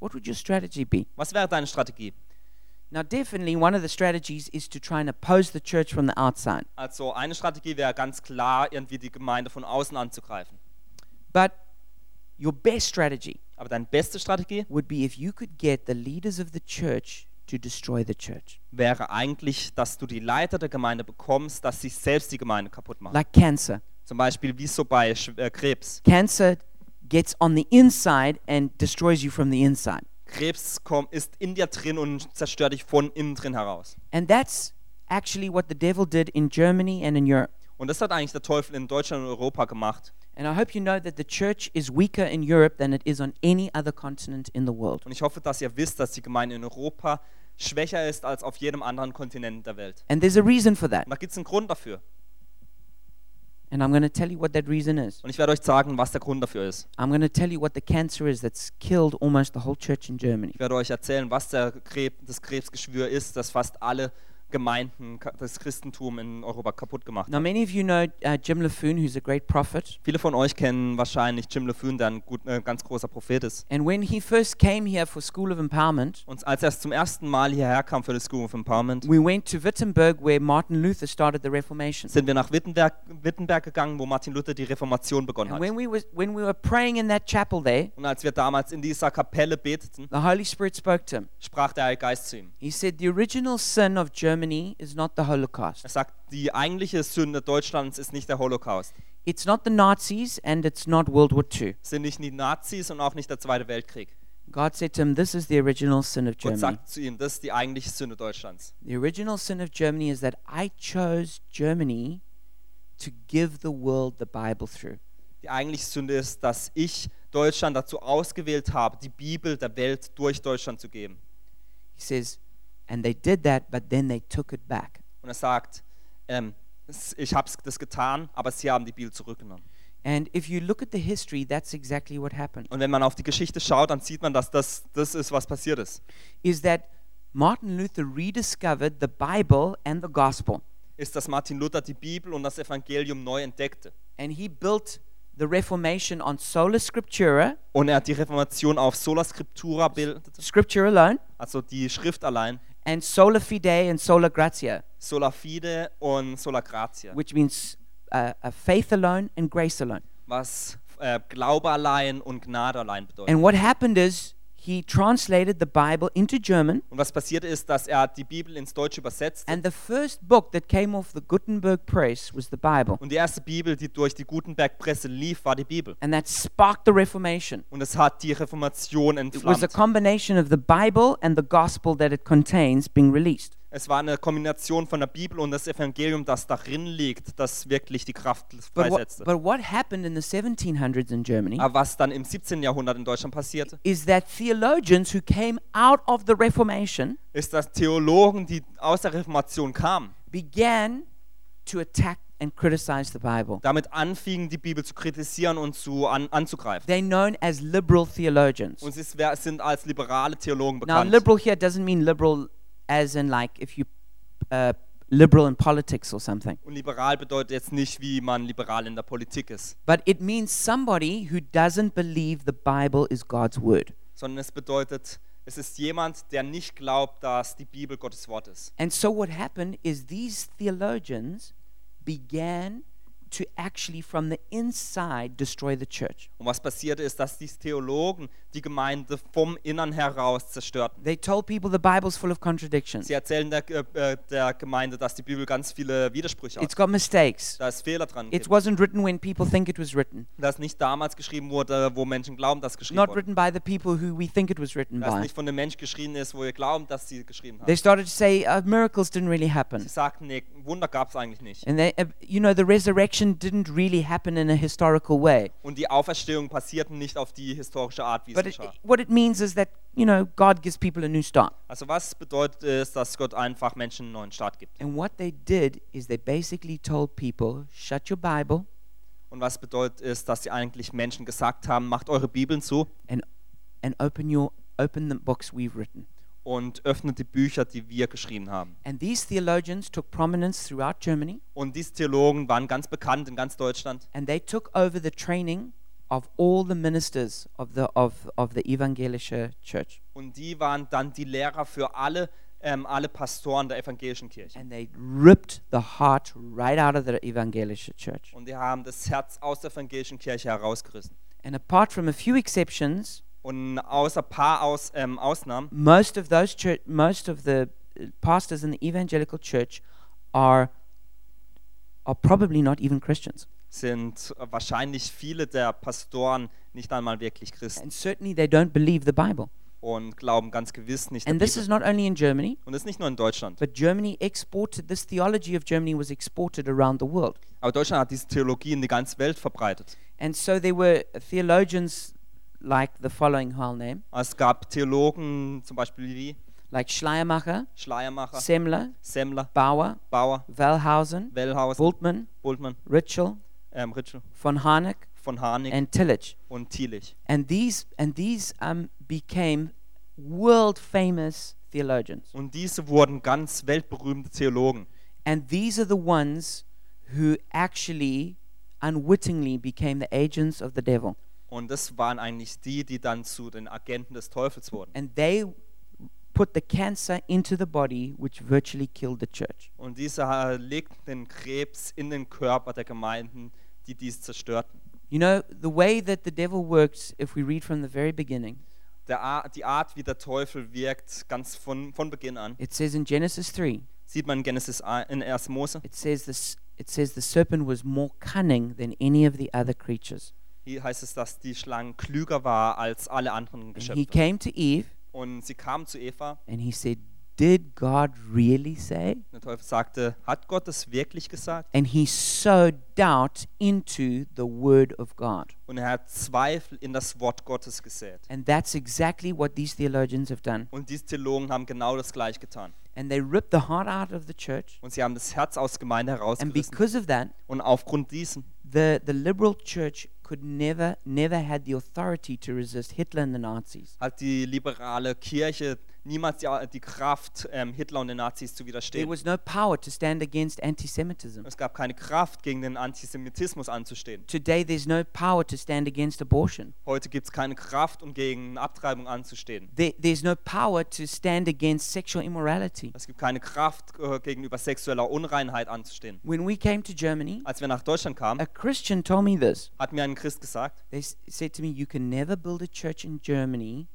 S1: What would your strategy be?
S2: Was wäre deine Strategie?
S1: Now, definitely, one of the strategies is to try and oppose the church from the outside.
S2: Also eine Strategie wäre ganz klar, irgendwie die Gemeinde von außen anzugreifen.
S1: But your best strategy
S2: Aber deine beste Strategie
S1: would be if you could get the leaders of the church to destroy the church,
S2: wäre eigentlich, dass du die Leiter der Gemeinde bekommst, dass sie selbst die Gemeinde kaputt machen.
S1: like cancer.
S2: Zum Beispiel wie so bei Sch äh, Krebs.
S1: Cancer gets on the inside and destroys you from the inside.
S2: Krebs komm, ist in dir drin und zerstört dich von innen drin heraus.
S1: And that's actually what the devil did in Germany and in Europe.
S2: Und das hat eigentlich der Teufel in Deutschland und Europa gemacht.
S1: And I hope you know that the church is weaker in Europe than it is on any other continent in the world.
S2: Und ich hoffe, dass ihr wisst, dass die Gemeinde in Europa schwächer ist als auf jedem anderen Kontinent der Welt.
S1: And there's a reason for that.
S2: Und da gibt es einen Grund dafür.
S1: And I'm going to tell you what that reason is.
S2: Und ich werde euch sagen, was der Grund dafür ist.
S1: I'm going to tell you what the cancer is that's killed almost the whole church in Germany.
S2: Ich werde euch erzählen, was der Krebs, das Krebsgeschwür ist, das fast alle Gemeinden, ka- das Christentum in Europa kaputt gemacht
S1: Now,
S2: hat.
S1: many of you know uh, Jim LaFoon, who's a great prophet.
S2: Viele von euch kennen wahrscheinlich Jim LeFun, der ein gut, äh, ganz großer Prophet ist.
S1: And when he first came here for School of Empowerment,
S2: Und als er zum ersten Mal hierher kam für das School of Empowerment,
S1: we went to Wittenberg where Martin Luther started the Reformation.
S2: sind wir nach Wittenberg, Wittenberg gegangen, wo Martin Luther die Reformation begonnen
S1: And
S2: hat.
S1: when we, was, when we were praying in that chapel there,
S2: Und als wir damals in dieser Kapelle beteten,
S1: the Holy Spirit spoke to him.
S2: sprach der Heilige Geist zu ihm.
S1: He said, The original sin of Germany is not the Holocaust.
S2: Er sagt, die eigentliche Sünde Deutschlands ist nicht der Holocaust,
S1: It's not the Nazis and it's not World War II.
S2: sind nicht die Nazis und auch nicht der Zweite Weltkrieg.
S1: God said to him, This is the original sin of
S2: Gott
S1: Germany.
S2: sagt zu ihm, das ist die eigentliche Sünde Deutschlands.
S1: The original sin of Germany is that I chose Germany to give the world the Bible through.
S2: Die eigentliche Sünde ist, dass ich Deutschland dazu ausgewählt habe, die Bibel der Welt durch Deutschland zu geben.
S1: He says, And they did that, but then they took it back.
S2: Und er sagt, ähm, es- ich habe das getan, aber sie haben die Bibel zurückgenommen.
S1: And if you look at the history, that's exactly what happened.
S2: Und wenn man auf die Geschichte schaut, dann sieht man, dass das das ist, was passiert ist.
S1: Is that Martin Luther rediscovered the Bible and the gospel.
S2: Ist, dass Martin Luther die Bibel und das Evangelium neu entdeckte.
S1: And he built the Reformation on sola scriptura,
S2: Und er hat die Reformation auf Sola Scriptura bildet,
S1: scripture alone,
S2: also die Schrift allein,
S1: and sola fide and sola gratia,
S2: Sola Fide und Sola Gratia,
S1: which means uh, uh, faith alone and grace alone.
S2: was äh, Glaube allein und Gnade allein bedeutet.
S1: And what happened is he translated the Bible into German,
S2: Und was passiert ist, dass er die Bibel ins Deutsche übersetzt.
S1: and the first book that came off the Gutenberg press was the Bible,
S2: Und die erste Bibel, die durch die Gutenberg-Presse lief, war die Bibel.
S1: and that sparked the Reformation.
S2: Und es hat die Reformation
S1: It was a
S2: entflammt.
S1: combination of the Bible and the gospel that it contains being released.
S2: Es war eine Kombination von der Bibel und das Evangelium, das darin liegt, das wirklich die Kraft
S1: But, what,
S2: freisetzte.
S1: but what happened in the 1700s in Germany
S2: Aber was dann im 17. Jahrhundert in Deutschland passierte,
S1: is that theologians who came out of the Reformation
S2: ist, dass Theologen, die aus der Reformation kamen,
S1: began to attack and criticize the Bible.
S2: damit anfingen, die Bibel zu kritisieren und zu an, anzugreifen.
S1: They're known as liberal theologians.
S2: Und sie ist- wer- sind als liberale Theologen
S1: Now,
S2: bekannt.
S1: liberal here doesn't mean liberal as in like if you uh, liberal in politics or something,
S2: Und liberal bedeutet jetzt nicht, wie man liberal in der Politik ist,
S1: but it means somebody who doesn't believe the Bible is God's word.
S2: sondern es bedeutet, es ist jemand, der nicht glaubt, dass die Bibel Gottes Wort ist.
S1: And so, what happened is these theologians began to actually, from the inside, destroy the church.
S2: Und was passierte ist, dass die Theologen die Gemeinde vom Innern heraus zerstörten.
S1: They told people the Bible's full of contradictions.
S2: Sie erzählen der, äh, der Gemeinde, dass die Bibel ganz viele Widersprüche
S1: It's
S2: hat.
S1: got mistakes.
S2: Da ist Fehler dran.
S1: It
S2: Gibt.
S1: wasn't written when people think it was written.
S2: Dass nicht damals geschrieben wurde, wo Menschen glauben, dass geschrieben
S1: Not
S2: wurde.
S1: written by the people who we think it was written
S2: Dass
S1: by.
S2: nicht von dem Mensch geschrieben ist, wo wir glauben, dass sie geschrieben haben.
S1: They started to say uh, miracles didn't really happen.
S2: Sie sagten, nee, Wunder gab es eigentlich nicht.
S1: And they, uh, you know, the resurrection didn't really happen in a historical way.
S2: Und die Auferstehung passierten nicht auf die historische Art, wie es
S1: But it,
S2: geschah.
S1: what it means is that, you know, God gives people a new start.
S2: Also was bedeutet es, dass Gott einfach Menschen einen neuen Start gibt?
S1: And what they did is they basically told people, shut your Bible
S2: Und was bedeutet es, dass sie eigentlich Menschen gesagt haben, macht eure Bibeln zu
S1: and, and open, your, open the books we've written.
S2: und öffnet die Bücher, die wir geschrieben haben.
S1: And these theologians took prominence throughout Germany
S2: Und diese Theologen waren ganz bekannt in ganz Deutschland.
S1: and they took over the training of all the ministers of the, of, of the Evangelische Church.
S2: Und die waren dann die Lehrer für alle, ähm, alle Pastoren der evangelischen Kirche.
S1: And they ripped the heart right out of the Evangelische Church.
S2: Und die haben das Herz aus der evangelischen Kirche herausgerissen.
S1: And apart from a few exceptions,
S2: Und außer paar aus, ähm, Ausnahmen
S1: most of those church, most of the uh, pastors in the evangelical church are are probably not even Christians,
S2: sind wahrscheinlich viele der Pastoren nicht einmal wirklich Christen
S1: and certainly they don't believe the Bible.
S2: und glauben ganz gewiss nicht der
S1: And this
S2: Bibel.
S1: is not only in Germany,
S2: Und das ist nicht nur in Deutschland.
S1: but Germany exported this theology of Germany was exported around the world,
S2: Aber Deutschland hat diese Theologie in die ganze Welt verbreitet.
S1: and so there were theologians like the following who I'll name,
S2: Es gab Theologen, zum Beispiel wie
S1: like Schleiermacher,
S2: Schleiermacher,
S1: Semler,
S2: Semmler,
S1: Bauer,
S2: Bauer,
S1: Wellhausen,
S2: Wellhaus,
S1: Bultmann,
S2: Bultmann,
S1: Ritschel,
S2: ähm, Ritschel,
S1: von Harnack,
S2: von Harnik
S1: and Tillich.
S2: und Thielich.
S1: and these and these um, became world famous theologians.
S2: Und diese wurden ganz weltberühmte Theologen.
S1: And these are the ones who actually unwittingly became the agents of the devil.
S2: Und das waren eigentlich die, die dann zu den Agenten des Teufels wurden.
S1: And they put the cancer into the body, which virtually killed the church.
S2: Und diese äh, legten den Krebs in den Körper der Gemeinden, die dies zerstörten.
S1: You know, the way that the devil works, if we read from the very beginning,
S2: Der Ar die Art, wie der Teufel wirkt, ganz von, von Beginn an,
S1: it says in Genesis 3,
S2: sieht man in Genesis ein- in 1. Mose.
S1: it says this. It says the serpent was more cunning than any of the other creatures.
S2: Hier heißt es, dass die Schlange klüger war als alle anderen
S1: And he
S2: Geschöpfe.
S1: came to Eve
S2: Und sie kam zu Eva.
S1: and he said, Did God really say?
S2: Der Teufel sagte, hat Gott das wirklich gesagt?
S1: And he sowed doubt into the word of God.
S2: Und er hat Zweifel in das Wort Gottes gesät.
S1: And that's exactly what these theologians have done.
S2: Und diese Theologen haben genau das gleiche getan.
S1: And they ripped the heart out of the church.
S2: Und sie haben das Herz aus Gemeinde
S1: And
S2: herausgerissen.
S1: because of that,
S2: Und aufgrund diesem
S1: the, the liberal church could never, never had the authority to resist Hitler and the Nazis.
S2: hat die liberale Kirche niemals die, die Kraft, ähm, Hitler und den Nazis zu
S1: There
S2: widerstehen.
S1: was no power to stand against anti Semitism.
S2: Es gab keine Kraft, gegen den Antisemitismus anzustehen.
S1: Today, there's no power to stand against abortion.
S2: Heute gibt es keine Kraft, um gegen Abtreibung anzustehen.
S1: There, there's no power to stand against sexual immorality.
S2: Es gibt keine Kraft, äh, gegenüber sexueller Unreinheit anzustehen.
S1: When we came to Germany,
S2: Als wir nach Deutschland kamen,
S1: a Christian told me this.
S2: hat mir ein Christ gesagt,
S1: They s- said to me, You can never build a church in Germany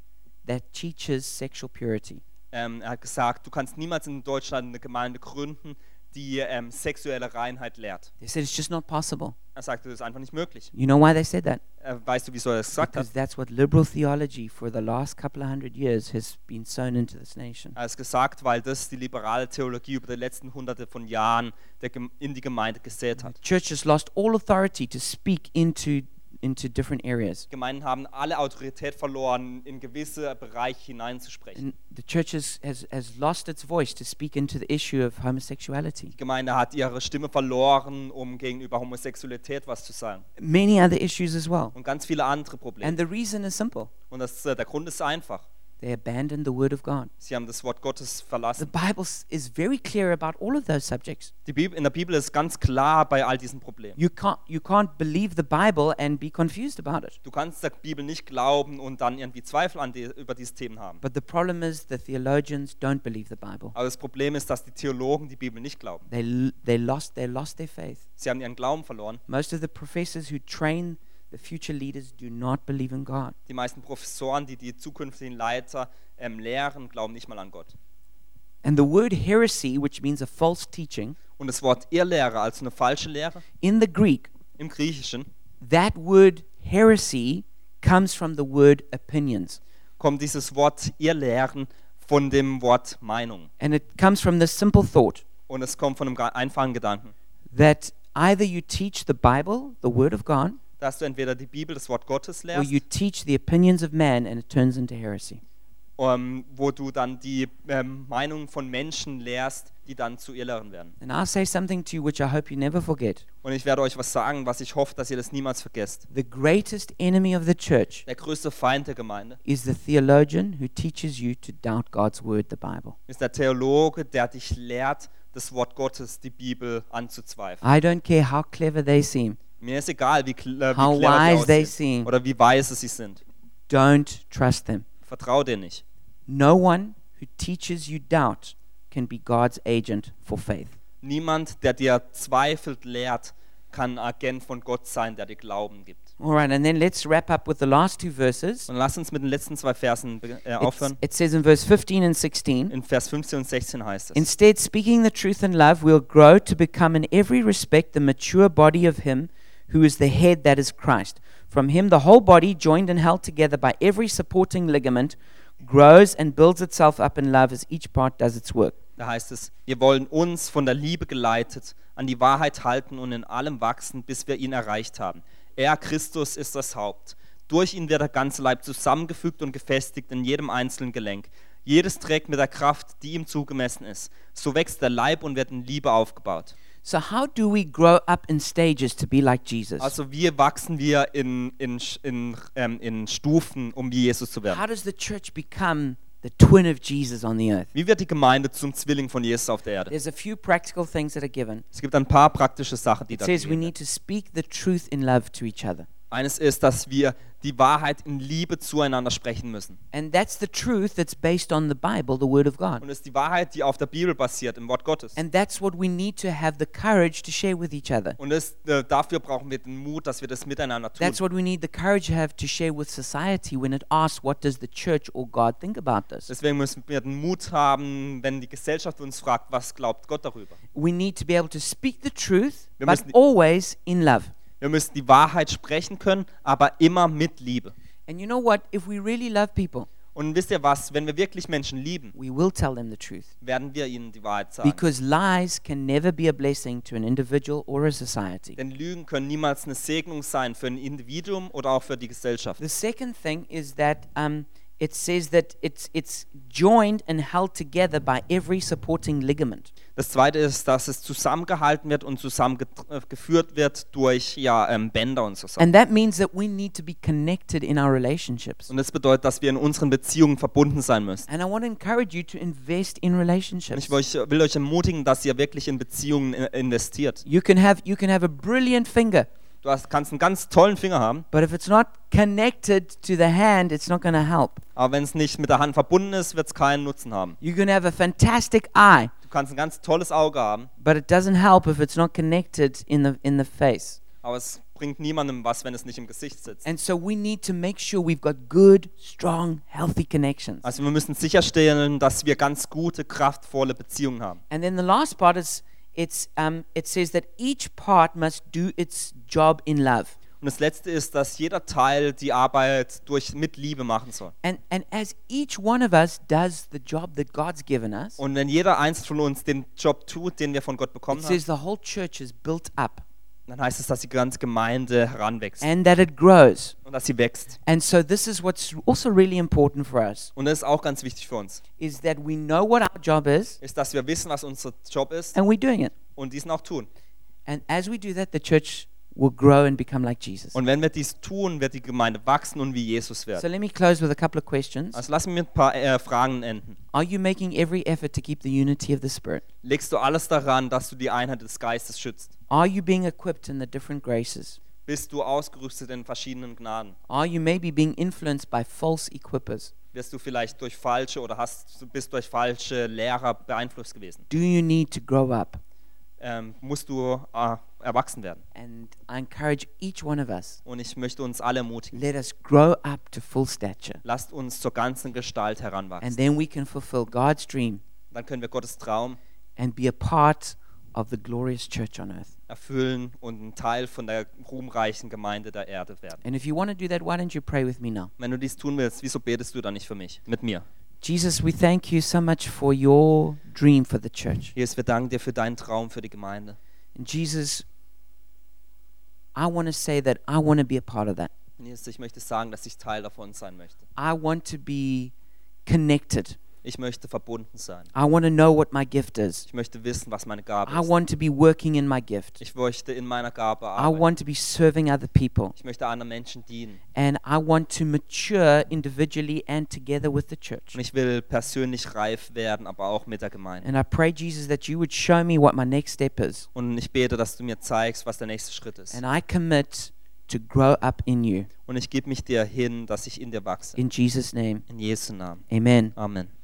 S1: that teaches sexual purity.
S2: ähm, er hat gesagt, du kannst niemals in Deutschland eine Gemeinde gründen, die ähm, sexuelle Reinheit lehrt.
S1: They said, It's just not possible.
S2: Er sagte, das ist einfach nicht möglich.
S1: You know why they said that?
S2: Äh, weißt du, wieso er das gesagt hat?
S1: Because that's what liberal theology for the last couple of hundred years has been sown into this nation.
S2: Er hat es gesagt, weil das die liberale Theologie über die letzten hunderte von Jahren der Gem- in die Gemeinde gesät hat.
S1: Church has lost all authority to speak into, into different areas.
S2: Gemeinden haben alle Autorität verloren, in gewisse Bereiche hineinzusprechen.
S1: And the church has, has, has lost its voice to speak into the issue of homosexuality.
S2: Die Gemeinde hat ihre Stimme verloren, um gegenüber Homosexualität was zu sagen.
S1: Many other issues as well.
S2: Und ganz viele andere Probleme.
S1: And the reason is simple
S2: Und das, äh, der Grund ist einfach.
S1: they abandoned the Word of God.
S2: Sie haben das Wort Gottes
S1: The
S2: verlassen.
S1: Bible s- is very clear about all of those subjects.
S2: Die Bibel, in der Bibel ist ganz klar bei all diesen Problemen.
S1: You can't, you can't believe the Bible and be confused about it.
S2: Du kannst der Bibel nicht glauben und dann irgendwie Zweifel an die, über diese Themen haben.
S1: But the problem is the theologians don't believe the Bible.
S2: Aber das Problem ist, dass die Theologen die Bibel nicht glauben.
S1: They, l- they, lost, they lost their faith.
S2: Sie haben ihren Glauben verloren.
S1: Most of the professors who train the future leaders do not believe in God.
S2: Die meisten Professoren, die die zukünftigen Leiter ähm, lehren, glauben nicht mal an Gott.
S1: And the word heresy, which means a false teaching,
S2: Und das Wort Irrlehre, also eine falsche Lehre,
S1: in the Greek,
S2: im Griechischen
S1: that word heresy comes from the word opinions.
S2: kommt dieses Wort Irrlehren von dem Wort Meinung.
S1: And it comes from this simple thought
S2: Und es kommt von einem ga- einfachen Gedanken,
S1: that either you teach the Bible, the Word of God,
S2: dass du entweder die Bibel, das Wort Gottes
S1: or
S2: lehrst,
S1: you teach the opinions of man and it turns into heresy.
S2: ähm, wo du dann die ähm, Meinung von Menschen lehrst, die dann zu Irrlehren werden.
S1: And I'll say something to you which I hope you never forget.
S2: Und ich werde euch was sagen, was ich hoffe, dass ihr das niemals vergesst.
S1: The greatest enemy of the church
S2: Der größte Feind der Gemeinde
S1: is the theologian who teaches you to doubt God's word, the Bible.
S2: ist der Theologe, der dich lehrt, das Wort Gottes, die Bibel anzuzweifeln.
S1: I don't care how clever they seem,
S2: Mir ist egal, wie, kl äh, wie
S1: How
S2: clever
S1: wise they seem.
S2: sie aussehen oder wie weise sie sind.
S1: don't trust them.
S2: Vertrau dir nicht.
S1: No one who teaches you doubt can be God's agent for faith.
S2: Niemand, der dir zweifelt, lehrt, kann ein Agent von Gott sein, der dir Glauben gibt.
S1: All right, and then let's wrap up with the last two verses.
S2: Und lass uns mit den letzten zwei Versen be- äh,
S1: It's-
S2: aufhören.
S1: it says in verse 15 and 16
S2: In Vers 15 und 16 heißt es.
S1: Instead, speaking the truth in love, we'll grow to become in every respect the mature body of Him who is the head, that is Christ. From Him, the whole body, joined and held together by every supporting ligament, grows and builds itself up in love as each part does its work.
S2: Da heißt es, wir wollen uns von der Liebe geleitet, an die Wahrheit halten und in allem wachsen, bis wir ihn erreicht haben. Er, Christus, ist das Haupt. Durch ihn wird der ganze Leib zusammengefügt und gefestigt in jedem einzelnen Gelenk. Jedes trägt mit der Kraft, die ihm zugemessen ist. So wächst der Leib und wird in Liebe aufgebaut.
S1: So, how do we grow up in stages to be like Jesus?
S2: Also wir wachsen wir in, in, Sch- in, ähm, in Stufen, um wie Jesus zu
S1: How
S2: werden.
S1: does the church become the twin of Jesus on the earth.
S2: Wie wird die Gemeinde zum Zwilling von Jesus auf der Erde?
S1: There's a few practical things that are given.
S2: Es gibt ein paar praktische Sachen, die
S1: It
S2: da
S1: says we
S2: stehen.
S1: need to speak the truth in love to each other.
S2: Eines ist, dass wir die Wahrheit in Liebe zueinander sprechen müssen.
S1: And that's the truth that's based on the Bible, the Word of God.
S2: Und es ist die Wahrheit, die auf der Bibel basiert, im Wort Gottes.
S1: And that's what we need to have the courage to share with each other.
S2: Und es, äh, dafür brauchen wir den Mut, dass wir das miteinander tun.
S1: That's what we need the courage to have to share with society when it asks, what does the church or God think about this?
S2: Deswegen müssen wir den Mut haben, wenn die Gesellschaft uns fragt, was glaubt Gott darüber?
S1: We need to be able to speak the truth,
S2: Wir
S1: but
S2: müssen die-
S1: always in love.
S2: Wir müssen die Wahrheit sprechen können, aber immer mit Liebe.
S1: And you know what? If we really love people,
S2: Und wisst ihr was, wenn wir wirklich Menschen lieben,
S1: we will tell them the truth.
S2: werden wir ihnen die Wahrheit sagen.
S1: Because lies can never be a blessing to an individual or a society.
S2: Denn Lügen können niemals eine Segnung sein für ein Individuum oder auch für die Gesellschaft.
S1: The second thing is that um, it says that it's it's joined and held together by every supporting ligament.
S2: Das Zweite ist, dass es zusammengehalten wird und zusammengeführt wird durch ja, ähm, Bänder und so Sachen.
S1: And that means that we need to be connected in our relationships.
S2: Und das bedeutet, dass wir in unseren Beziehungen verbunden sein müssen.
S1: And I want to encourage you to invest in
S2: Und
S1: relationships.
S2: ich will euch, will euch ermutigen, dass ihr wirklich in Beziehungen in- investiert.
S1: You can have you can have a brilliant finger,
S2: Du hast, kannst einen ganz tollen Finger haben,
S1: but if it's not connected to the hand, it's not going to help.
S2: aber wenn es nicht mit der Hand verbunden ist, wird es keinen Nutzen haben.
S1: You can have a fantastic eye,
S2: Du kannst ein ganz tolles Auge haben,
S1: but it doesn't help if it's not connected in the in the face.
S2: aber es bringt niemandem was, wenn es nicht im Gesicht sitzt.
S1: And so we need to make sure we've got good, strong, healthy connections.
S2: Also wir müssen sicherstellen, dass wir ganz gute, kraftvolle Beziehungen haben.
S1: And then the last part is it's um, it says that each part must do its job in love.
S2: Und das Letzte ist, dass jeder Teil die Arbeit durch mit Liebe machen soll.
S1: And and as each one of us does the job that God's given us,
S2: Und wenn jeder einzelne von uns den Job tut, den wir von Gott
S1: it
S2: bekommen haben,
S1: says the whole church is built up
S2: dann heißt es, dass die ganze Gemeinde heranwächst
S1: and that it grows.
S2: und dass sie wächst.
S1: And so this is what's also really important for us
S2: Und das ist auch ganz wichtig für uns,
S1: is that we know what our job is
S2: ist, dass wir wissen, was unser Job ist
S1: and we're doing it.
S2: und diesen auch tun.
S1: And as we do that, the church will grow and become like Jesus.
S2: Und wenn wir dies tun, wird die Gemeinde wachsen und wie Jesus
S1: So
S2: werden.
S1: let me close with a couple of questions.
S2: Also lass mich mit ein paar äh, Fragen enden.
S1: Are you making every effort to keep the unity of the Spirit?
S2: Legst du alles daran, dass du die Einheit des Geistes schützt?
S1: Are you being equipped in the different graces?
S2: Bist du ausgerüstet in verschiedenen Gnaden?
S1: Are you maybe being influenced by false equippers?
S2: Wirst du vielleicht durch falsche oder hast, bist durch falsche Lehrer beeinflusst gewesen?
S1: Do you need to grow up?
S2: Ähm, musst du äh, erwachsen werden?
S1: And I encourage each one of us,
S2: Und ich möchte uns alle ermutigen.
S1: let us grow up to full stature.
S2: Lasst uns zur ganzen Gestalt
S1: And
S2: heranwachsen.
S1: then we can fulfill God's dream
S2: Dann können wir Gottes Traum
S1: and be a part of the glorious church on earth.
S2: erfüllen und ein Teil von der ruhmreichen Gemeinde der Erde werden.
S1: And if you want to do that, why don't you pray with me now?
S2: Wenn du dies tun willst, wieso betest du dann nicht für mich? Mit mir.
S1: Jesus, we thank you so much for your dream for the church.
S2: Jesus, wir danken dir für deinen Traum für die Gemeinde.
S1: And Jesus, I want to say that I want to be a part of that.
S2: Und Jesus, ich möchte sagen, dass ich Teil davon sein möchte.
S1: I want to be connected.
S2: Ich möchte verbunden sein.
S1: I want to know what my gift is.
S2: Ich möchte wissen, was meine Gabe
S1: I
S2: ist.
S1: want to be working in my gift.
S2: Ich möchte in meiner Gabe
S1: I
S2: arbeiten.
S1: want to be serving other people.
S2: Ich möchte anderen Menschen dienen.
S1: And I want to mature individually and together with the church.
S2: Und ich will persönlich reif werden, aber auch mit der Gemeinde.
S1: And I pray, Jesus, that you would show me what my next step is.
S2: Und ich bete, dass du mir zeigst, was der nächste Schritt ist.
S1: And I commit to grow up in you.
S2: Und ich gebe mich dir hin, dass ich in dir wachse.
S1: In Jesus' name,
S2: In Jesu Namen.
S1: amen.
S2: Amen.